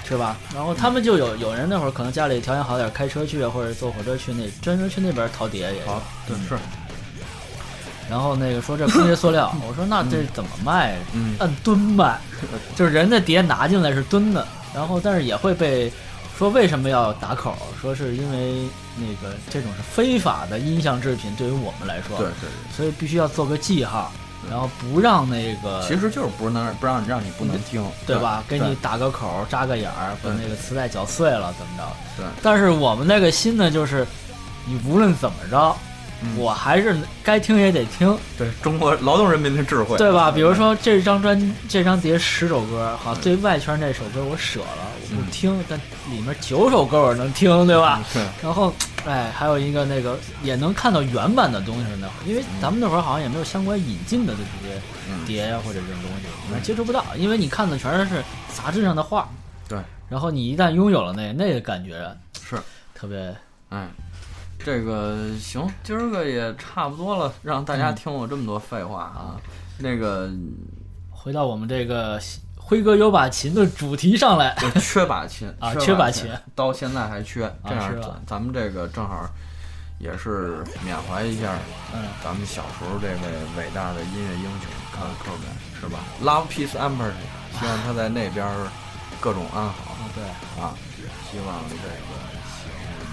[SPEAKER 1] 是吧？然后他们就有有人那会儿可能家里条件好点，开车去啊或者坐火车去那专门去那边淘碟也有。
[SPEAKER 2] 好，对是，
[SPEAKER 1] 然后那个说这工业塑
[SPEAKER 2] <laughs>
[SPEAKER 1] 料，我说那这怎么卖？
[SPEAKER 2] 嗯
[SPEAKER 1] 按吨
[SPEAKER 2] <laughs>
[SPEAKER 1] 卖，就是人的碟拿进来是吨的，然后但是也会被说为什么要打口，说是因为那个这种是非法的音像制品，对于我们来说，
[SPEAKER 2] 对，对，
[SPEAKER 1] 所以必须要做个记号，然后不让那个
[SPEAKER 2] 对其实就是不能不让让你不能听，
[SPEAKER 1] 嗯对吧？给
[SPEAKER 2] 对
[SPEAKER 1] 你打个口，扎个眼儿，把
[SPEAKER 2] 对
[SPEAKER 1] 那个磁带绞碎了，怎么着？
[SPEAKER 2] 对
[SPEAKER 1] 但是我们那个心呢，就是你无论怎么着，
[SPEAKER 2] 嗯
[SPEAKER 1] 我还是该听也得听，
[SPEAKER 2] 对中国劳动人民的智慧，
[SPEAKER 1] 对吧？比如说这张专这张碟十首歌，好，最外圈那首歌我舍了，我不听，但里面九首歌我能听，对吧？
[SPEAKER 2] 嗯对，
[SPEAKER 1] 然后，哎，还有一个那个也能看到原版的东西呢，因为咱们那会儿好像也没有相关引进的这些
[SPEAKER 2] 嗯
[SPEAKER 1] 碟呀、或者这种东西，你们接触不到，因为你看的全是杂志上的画，
[SPEAKER 2] 对，
[SPEAKER 1] 然后你一旦拥有了那那个感觉
[SPEAKER 2] 是，
[SPEAKER 1] 特别，
[SPEAKER 2] 哎，这个行，今儿个也差不多了，让大
[SPEAKER 1] 嗯
[SPEAKER 2] 家听我这么多废话啊。那个
[SPEAKER 1] 回到我们这个辉哥有把琴的主题上来，
[SPEAKER 2] 就缺把琴
[SPEAKER 1] 啊
[SPEAKER 2] 缺把
[SPEAKER 1] 缺把琴啊
[SPEAKER 2] 到现在还缺，这样
[SPEAKER 1] 是吧
[SPEAKER 2] 咱咱们这个正好也是缅怀一下
[SPEAKER 1] 嗯，
[SPEAKER 2] 咱们小时候这位伟大的音乐英雄卡尔科本，是吧？Love Peace and Mercy，希望他在那边儿各种安好。
[SPEAKER 1] 啊对。
[SPEAKER 2] 啊，希望这个喜欢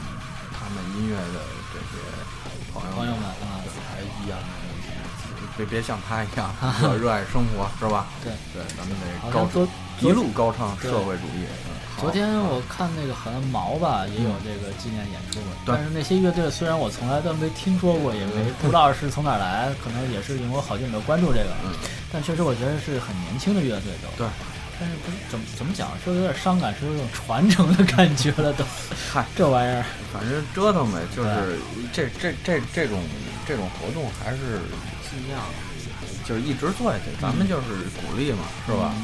[SPEAKER 2] 他们音乐的这些朋友
[SPEAKER 1] 朋友们啊
[SPEAKER 2] 对还一样的，别别像他一样
[SPEAKER 1] <laughs>
[SPEAKER 2] 热热爱生活是吧？
[SPEAKER 1] 对
[SPEAKER 2] 对，咱们得
[SPEAKER 1] 好
[SPEAKER 2] 高
[SPEAKER 1] 像昨
[SPEAKER 2] 一路高唱
[SPEAKER 1] 对
[SPEAKER 2] 社会主义。嗯好
[SPEAKER 1] 昨天我看那个好像毛吧也有这个纪念演出嘛，
[SPEAKER 2] 对
[SPEAKER 1] 但是那些乐队虽然我从来都没听说过，也没不知道是从哪儿来，可能也是因为我好久没有关注这个，
[SPEAKER 2] 嗯
[SPEAKER 1] 但确实我觉得是很年轻的乐队都。
[SPEAKER 2] 对，
[SPEAKER 1] 但是不是怎么怎么讲，说有点伤感，是有一种传承的感觉了
[SPEAKER 2] <laughs>
[SPEAKER 1] 都。
[SPEAKER 2] 嗨，
[SPEAKER 1] 这玩意儿，
[SPEAKER 2] 反正折腾呗，
[SPEAKER 1] 哎
[SPEAKER 2] 就是这这这这种这种活动还是尽量就是一直做下去，
[SPEAKER 1] 嗯
[SPEAKER 2] 咱们就是鼓励嘛，是吧？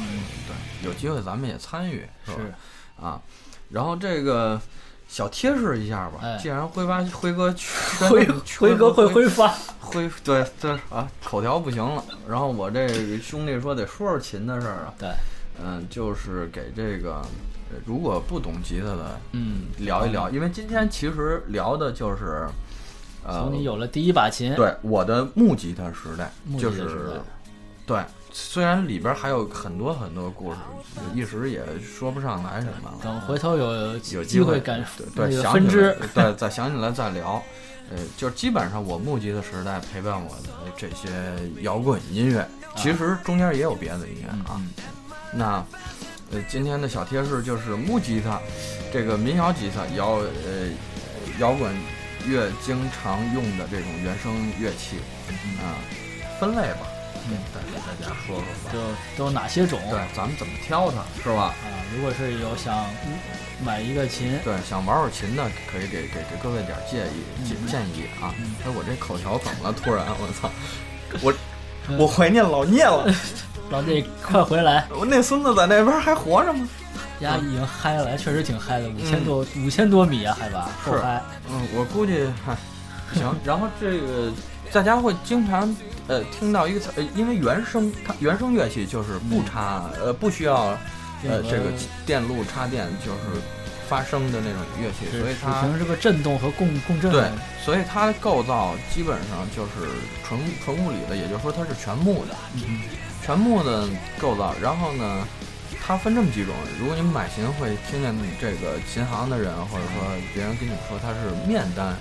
[SPEAKER 2] 对，有机会咱们也参与，
[SPEAKER 1] 嗯
[SPEAKER 2] 嗯是吧？啊，然后这个小贴士一下吧，
[SPEAKER 1] 哎
[SPEAKER 2] 既然辉吧辉哥去
[SPEAKER 1] 辉辉哥会
[SPEAKER 2] 辉
[SPEAKER 1] 挥发，
[SPEAKER 2] 辉对对啊，口条不行了，然后我这个兄弟说得说说琴的事儿啊，
[SPEAKER 1] 对，
[SPEAKER 2] 嗯，就是给这个呃如果不懂吉他的
[SPEAKER 1] 嗯，
[SPEAKER 2] 聊一聊，因为今天其实聊的就是呃
[SPEAKER 1] 从你有了第一把琴，
[SPEAKER 2] 对我的木吉他时代
[SPEAKER 1] 木，吉
[SPEAKER 2] 就
[SPEAKER 1] 他时代
[SPEAKER 2] 是对，虽然里边还有很多很多故事，一时也说不上来什么了。
[SPEAKER 1] 等回头有
[SPEAKER 2] 有
[SPEAKER 1] 机
[SPEAKER 2] 会
[SPEAKER 1] 感
[SPEAKER 2] 对
[SPEAKER 1] 那
[SPEAKER 2] 对
[SPEAKER 1] 个
[SPEAKER 2] 想
[SPEAKER 1] 分
[SPEAKER 2] 起来
[SPEAKER 1] 支，
[SPEAKER 2] 对 <laughs> 再想起来再聊。呃，就是基本上我募集的时代陪伴我的这些摇滚音乐，其实中间也有别的音
[SPEAKER 1] 嗯
[SPEAKER 2] 乐啊。那呃，今天的小贴士就是木吉他，这个民谣吉他摇呃摇滚乐经常用的这种原声乐器啊、分类吧，
[SPEAKER 1] 嗯
[SPEAKER 2] 再给大家说说吧。
[SPEAKER 1] 就都有哪些种？
[SPEAKER 2] 对，咱们怎么挑它是吧？
[SPEAKER 1] 啊，如果是有想买一个琴，
[SPEAKER 2] 对，想玩会儿琴的，可以给给给各位点儿建议建
[SPEAKER 1] 嗯
[SPEAKER 2] 建议啊。哎，我这口条怎么了？突然，我操，我嗯我怀念老聂了。
[SPEAKER 1] 老聂快回来，
[SPEAKER 2] 我那孙子在那边还活着吗？
[SPEAKER 1] 呀，已经嗨了，确实挺嗨的，五千多五千多米啊，海拔够
[SPEAKER 2] 嗯是
[SPEAKER 1] 嗨，
[SPEAKER 2] 嗯，我估计嗨，行。然后这个大家会经常呃听到一个词，呃，因为原声它原声乐器就是不插、呃不需要呃这个电路插电，就是发声的那种乐器，
[SPEAKER 1] 只
[SPEAKER 2] 所以
[SPEAKER 1] 只
[SPEAKER 2] 它
[SPEAKER 1] 凭这个震动和共共振，啊
[SPEAKER 2] 对，所以它构造基本上就是纯纯物理的，也就是说它是全木的，
[SPEAKER 1] 嗯
[SPEAKER 2] 全木的构造。然后呢，它分这么几种。如果你们买琴会听见这个琴行的人，或者说别人跟你说它是面单、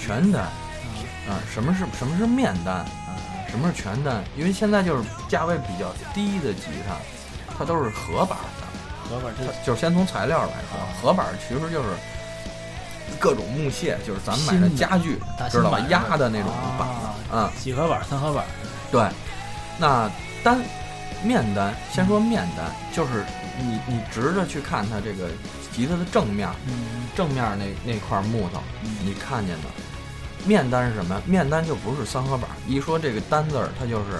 [SPEAKER 2] 全单
[SPEAKER 1] 嗯
[SPEAKER 2] 啊，什么是什么是面单啊？什么是全单？因为现在就是价位比较低的吉他，它都是合板的。
[SPEAKER 1] 合板这
[SPEAKER 2] 它就是先从材料来说，合板其实就是各种木屑，就是咱们买的
[SPEAKER 1] 新的
[SPEAKER 2] 家具
[SPEAKER 1] 大，
[SPEAKER 2] 知道吧
[SPEAKER 1] 新？板
[SPEAKER 2] 压的那种板
[SPEAKER 1] 啊
[SPEAKER 2] 子啊、
[SPEAKER 1] 几合板、三合板，
[SPEAKER 2] 对。那单面单，先说面单，就是你你直着去看它这个吉他的正面，
[SPEAKER 1] 嗯，
[SPEAKER 2] 正面那那块木头
[SPEAKER 1] 嗯，
[SPEAKER 2] 你看见的。面单是什么？面单就不是三合板。一说这个单字儿，它就是，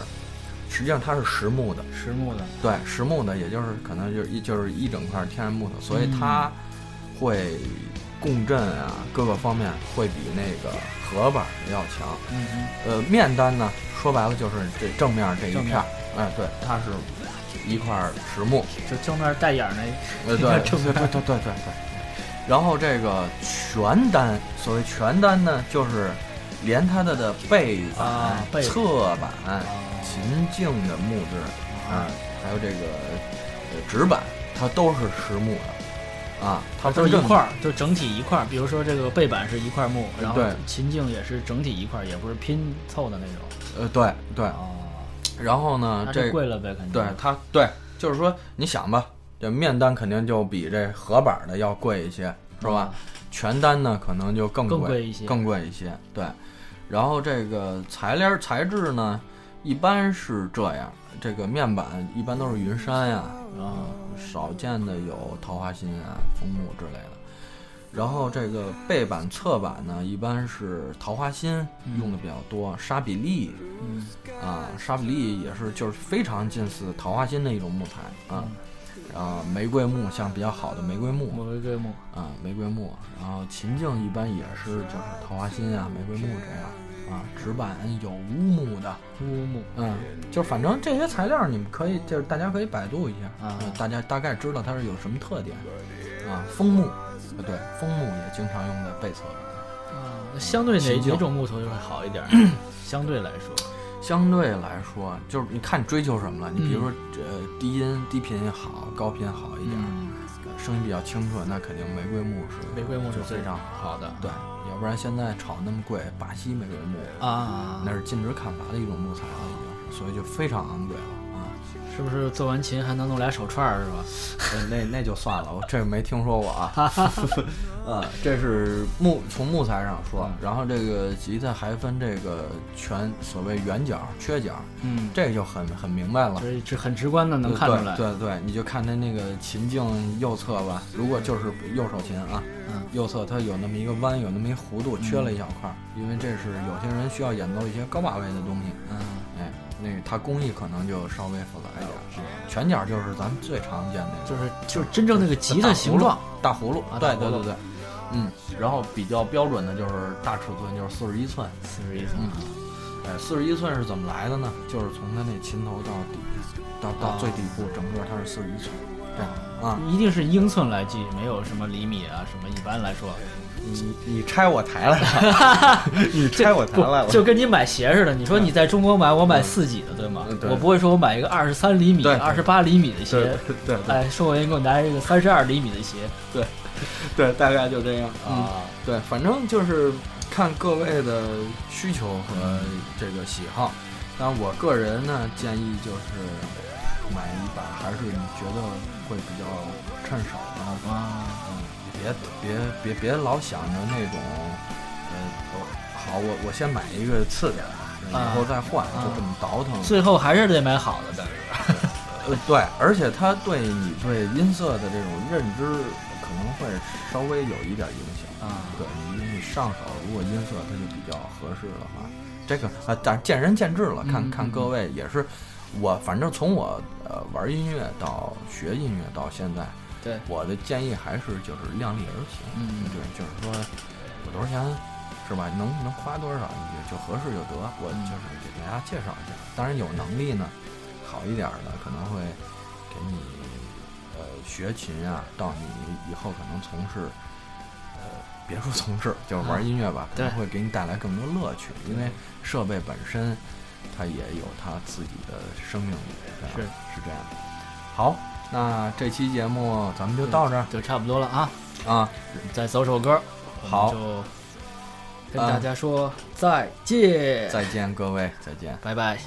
[SPEAKER 2] 实际上它是实木的，
[SPEAKER 1] 实木的，
[SPEAKER 2] 对，实木的，也就是可能就是一就是一整块天然木头，所以它会共振啊，各个方面会比那个合板儿要强。
[SPEAKER 1] 嗯嗯，
[SPEAKER 2] 呃，面单呢，说白了就是这正面这一
[SPEAKER 1] 正面
[SPEAKER 2] 片儿，哎，对，它是一块儿实木，
[SPEAKER 1] 就正面带眼儿那，
[SPEAKER 2] 呃，
[SPEAKER 1] 一
[SPEAKER 2] 对
[SPEAKER 1] 块，
[SPEAKER 2] 对
[SPEAKER 1] 正
[SPEAKER 2] 对
[SPEAKER 1] 面
[SPEAKER 2] <laughs> 对对对对。然后这个全单，所谓全单呢，就是连它的的背板、
[SPEAKER 1] 啊背板
[SPEAKER 2] 侧板、
[SPEAKER 1] 啊
[SPEAKER 2] 琴颈的木质，啊
[SPEAKER 1] 啊，
[SPEAKER 2] 还有这个呃纸板，它都是实木的，啊，它
[SPEAKER 1] 都
[SPEAKER 2] 分
[SPEAKER 1] 是一
[SPEAKER 2] 正
[SPEAKER 1] 块儿，就整体一块儿。比如说这个背板是一块木，然后
[SPEAKER 2] 对
[SPEAKER 1] 琴颈也是整体一块儿，也不是拼凑的那种。
[SPEAKER 2] 呃，对对。
[SPEAKER 1] 哦，
[SPEAKER 2] 然后呢
[SPEAKER 1] 那，
[SPEAKER 2] 这
[SPEAKER 1] 就贵了呗，肯定。
[SPEAKER 2] 对它对，就是说你想吧，这面单肯定就比这合板的要贵一些，是
[SPEAKER 1] 啊
[SPEAKER 2] 吧？全单呢可能就更
[SPEAKER 1] 嗯更
[SPEAKER 2] 贵
[SPEAKER 1] 贵一些
[SPEAKER 2] 更贵一些。对，然后这个材料材质呢，一般是这样，这个面板一般都是云杉呀、然后少见的有桃花心啊、枫木之类的。然后这个背板、侧板呢，一般是桃花心用的比较多，沙比利，
[SPEAKER 1] 嗯
[SPEAKER 2] 啊，沙比利也是就是非常近似桃花心的一种木材啊，啊，玫瑰木像比较好的玫瑰木
[SPEAKER 1] 木归木，
[SPEAKER 2] 啊，玫瑰木，然后琴颈一般也是就是桃花心啊、玫瑰木这样啊，纸板有乌木的，
[SPEAKER 1] 乌木。
[SPEAKER 2] 嗯，就反正这些材料你们可以就是大家可以百度一下
[SPEAKER 1] 啊
[SPEAKER 2] 嗯大家大概知道它是有什么特点啊，枫木，呃对，枫木也经常用在背侧板。
[SPEAKER 1] 啊，那相对哪
[SPEAKER 2] 琴颈
[SPEAKER 1] 哪种木头就会好一点儿？ <clears throat> 相对来说，
[SPEAKER 2] 相对来说，就是你看你追求什么了。你比如说，呃，低音低频也好，高频好一点，
[SPEAKER 1] 嗯，
[SPEAKER 2] 呃声音比较清澈，那肯定玫瑰木是
[SPEAKER 1] 玫瑰木是
[SPEAKER 2] 就
[SPEAKER 1] 最
[SPEAKER 2] 非常
[SPEAKER 1] 好的
[SPEAKER 2] 对，要不然现在炒那么贵，巴西玫瑰木
[SPEAKER 1] 啊
[SPEAKER 2] 那，是禁止砍伐的一种木材了，已经是，所以就非常昂贵了
[SPEAKER 1] <laughs>
[SPEAKER 2] 啊。
[SPEAKER 1] 是不是做完琴还能弄俩手串儿是吧？
[SPEAKER 2] 呃那那就算了，我这个没听说过
[SPEAKER 1] <laughs>
[SPEAKER 2] 啊。呃，这是木从木材上说，
[SPEAKER 1] 嗯
[SPEAKER 2] 然后这个吉他还分这个全所谓圆角、缺角，
[SPEAKER 1] 嗯，
[SPEAKER 2] 这就很很明白了
[SPEAKER 1] 就。是直很直观的能看出来。
[SPEAKER 2] 对对对，你就看它那个琴颈右侧吧，如果就是右手琴啊，
[SPEAKER 1] 嗯
[SPEAKER 2] 右侧它有那么一个弯，有那么一弧度，缺了一小块儿，因为这是有些人需要演奏一些高把位的东西，
[SPEAKER 1] 嗯，
[SPEAKER 2] 哎，那个它工艺可能就稍微复杂一点儿。啊全角就是咱们最常见的，
[SPEAKER 1] 就是就是真正那个吉的形状，
[SPEAKER 2] 大葫芦
[SPEAKER 1] 啊，
[SPEAKER 2] 对
[SPEAKER 1] 大葫
[SPEAKER 2] 对
[SPEAKER 1] 芦
[SPEAKER 2] 对对，嗯，然后比较标准的就是大尺寸，就是四十一寸，
[SPEAKER 1] 四十一寸
[SPEAKER 2] 嗯。哎，四十一寸是怎么来的呢？就是从它那琴头到底，到到
[SPEAKER 1] 啊
[SPEAKER 2] 最底部，整个它是四十一寸，这样啊。
[SPEAKER 1] 嗯一定是英寸来计，没有什么厘米啊什么。一般来 <laughs> 说，
[SPEAKER 2] 你你拆我台来了，你拆我台
[SPEAKER 1] 不
[SPEAKER 2] 来了，
[SPEAKER 1] 就跟你买鞋似的。你说你在中国买，我买四几的，对吗
[SPEAKER 2] 嗯？对
[SPEAKER 1] 我不会说我买一个二十三厘米、
[SPEAKER 2] 对
[SPEAKER 1] 二十八厘米的
[SPEAKER 2] 对
[SPEAKER 1] 鞋，
[SPEAKER 2] 对对
[SPEAKER 1] 哎，说我给我拿一个三十二厘米的鞋
[SPEAKER 2] 对对，大概就这样啊。
[SPEAKER 1] 啊，
[SPEAKER 2] 对，反正就是看各位的需求和这个喜好。但我个人呢，建议就是买一把，还是你觉得会比较趁手的，
[SPEAKER 1] 啊，
[SPEAKER 2] 嗯，别别别别老想着那种，呃，我好，我我先买一
[SPEAKER 1] 啊
[SPEAKER 2] 个次点儿的，以后再换，就这么倒腾。
[SPEAKER 1] 最后还是得买好的，但是
[SPEAKER 2] 呃对，而且它对你对音色的这种认知可能会稍微有一点影响。
[SPEAKER 1] 啊
[SPEAKER 2] 对，你你上手如果音色它就比较合适的话，这个啊，但是见仁见智了，看
[SPEAKER 1] 嗯
[SPEAKER 2] 看各位也是。我反正从我呃玩音乐到学音乐到现在，
[SPEAKER 1] 对，
[SPEAKER 2] 我的建议还是就是量力而行。
[SPEAKER 1] 嗯
[SPEAKER 2] 对，就是说我多少钱是吧？能能花多少你就就合适就得。我
[SPEAKER 1] 嗯
[SPEAKER 2] 就是给大家介绍一下，当然有能力呢，好一点儿的可能会给你呃学琴啊，到你以后可能从事呃别说从事，就是
[SPEAKER 1] 啊
[SPEAKER 2] 玩音乐吧，可能
[SPEAKER 1] 对
[SPEAKER 2] 会给你带来更多乐趣，因为设备本身它也有它自己的生命力，对吧是这样的。好，那这期节目咱们
[SPEAKER 1] 嗯
[SPEAKER 2] 就到这儿
[SPEAKER 1] 就差不多了啊，
[SPEAKER 2] 啊。
[SPEAKER 1] 再走首歌，
[SPEAKER 2] 好
[SPEAKER 1] 我们就跟大家说再见，
[SPEAKER 2] 再见，各位，再见。
[SPEAKER 1] 拜拜。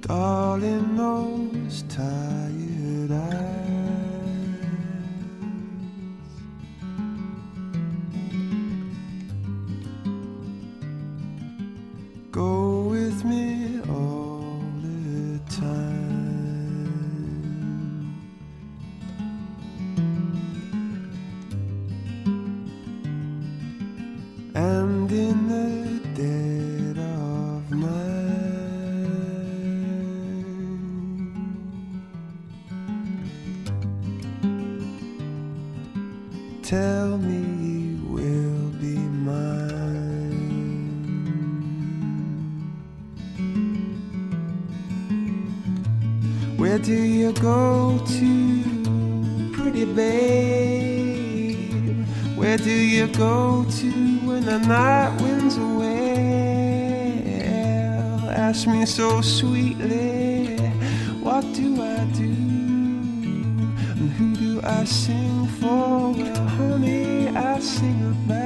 [SPEAKER 5] Darling knows tired eyes. Go with me all the time. and in the dead of night. Tell me you will be mine. Where do you go to, pretty babe? Where do you go to when the night winds away? Ask me so sweetly, what do I do? And who do I sing for? Well, honey, I sing about.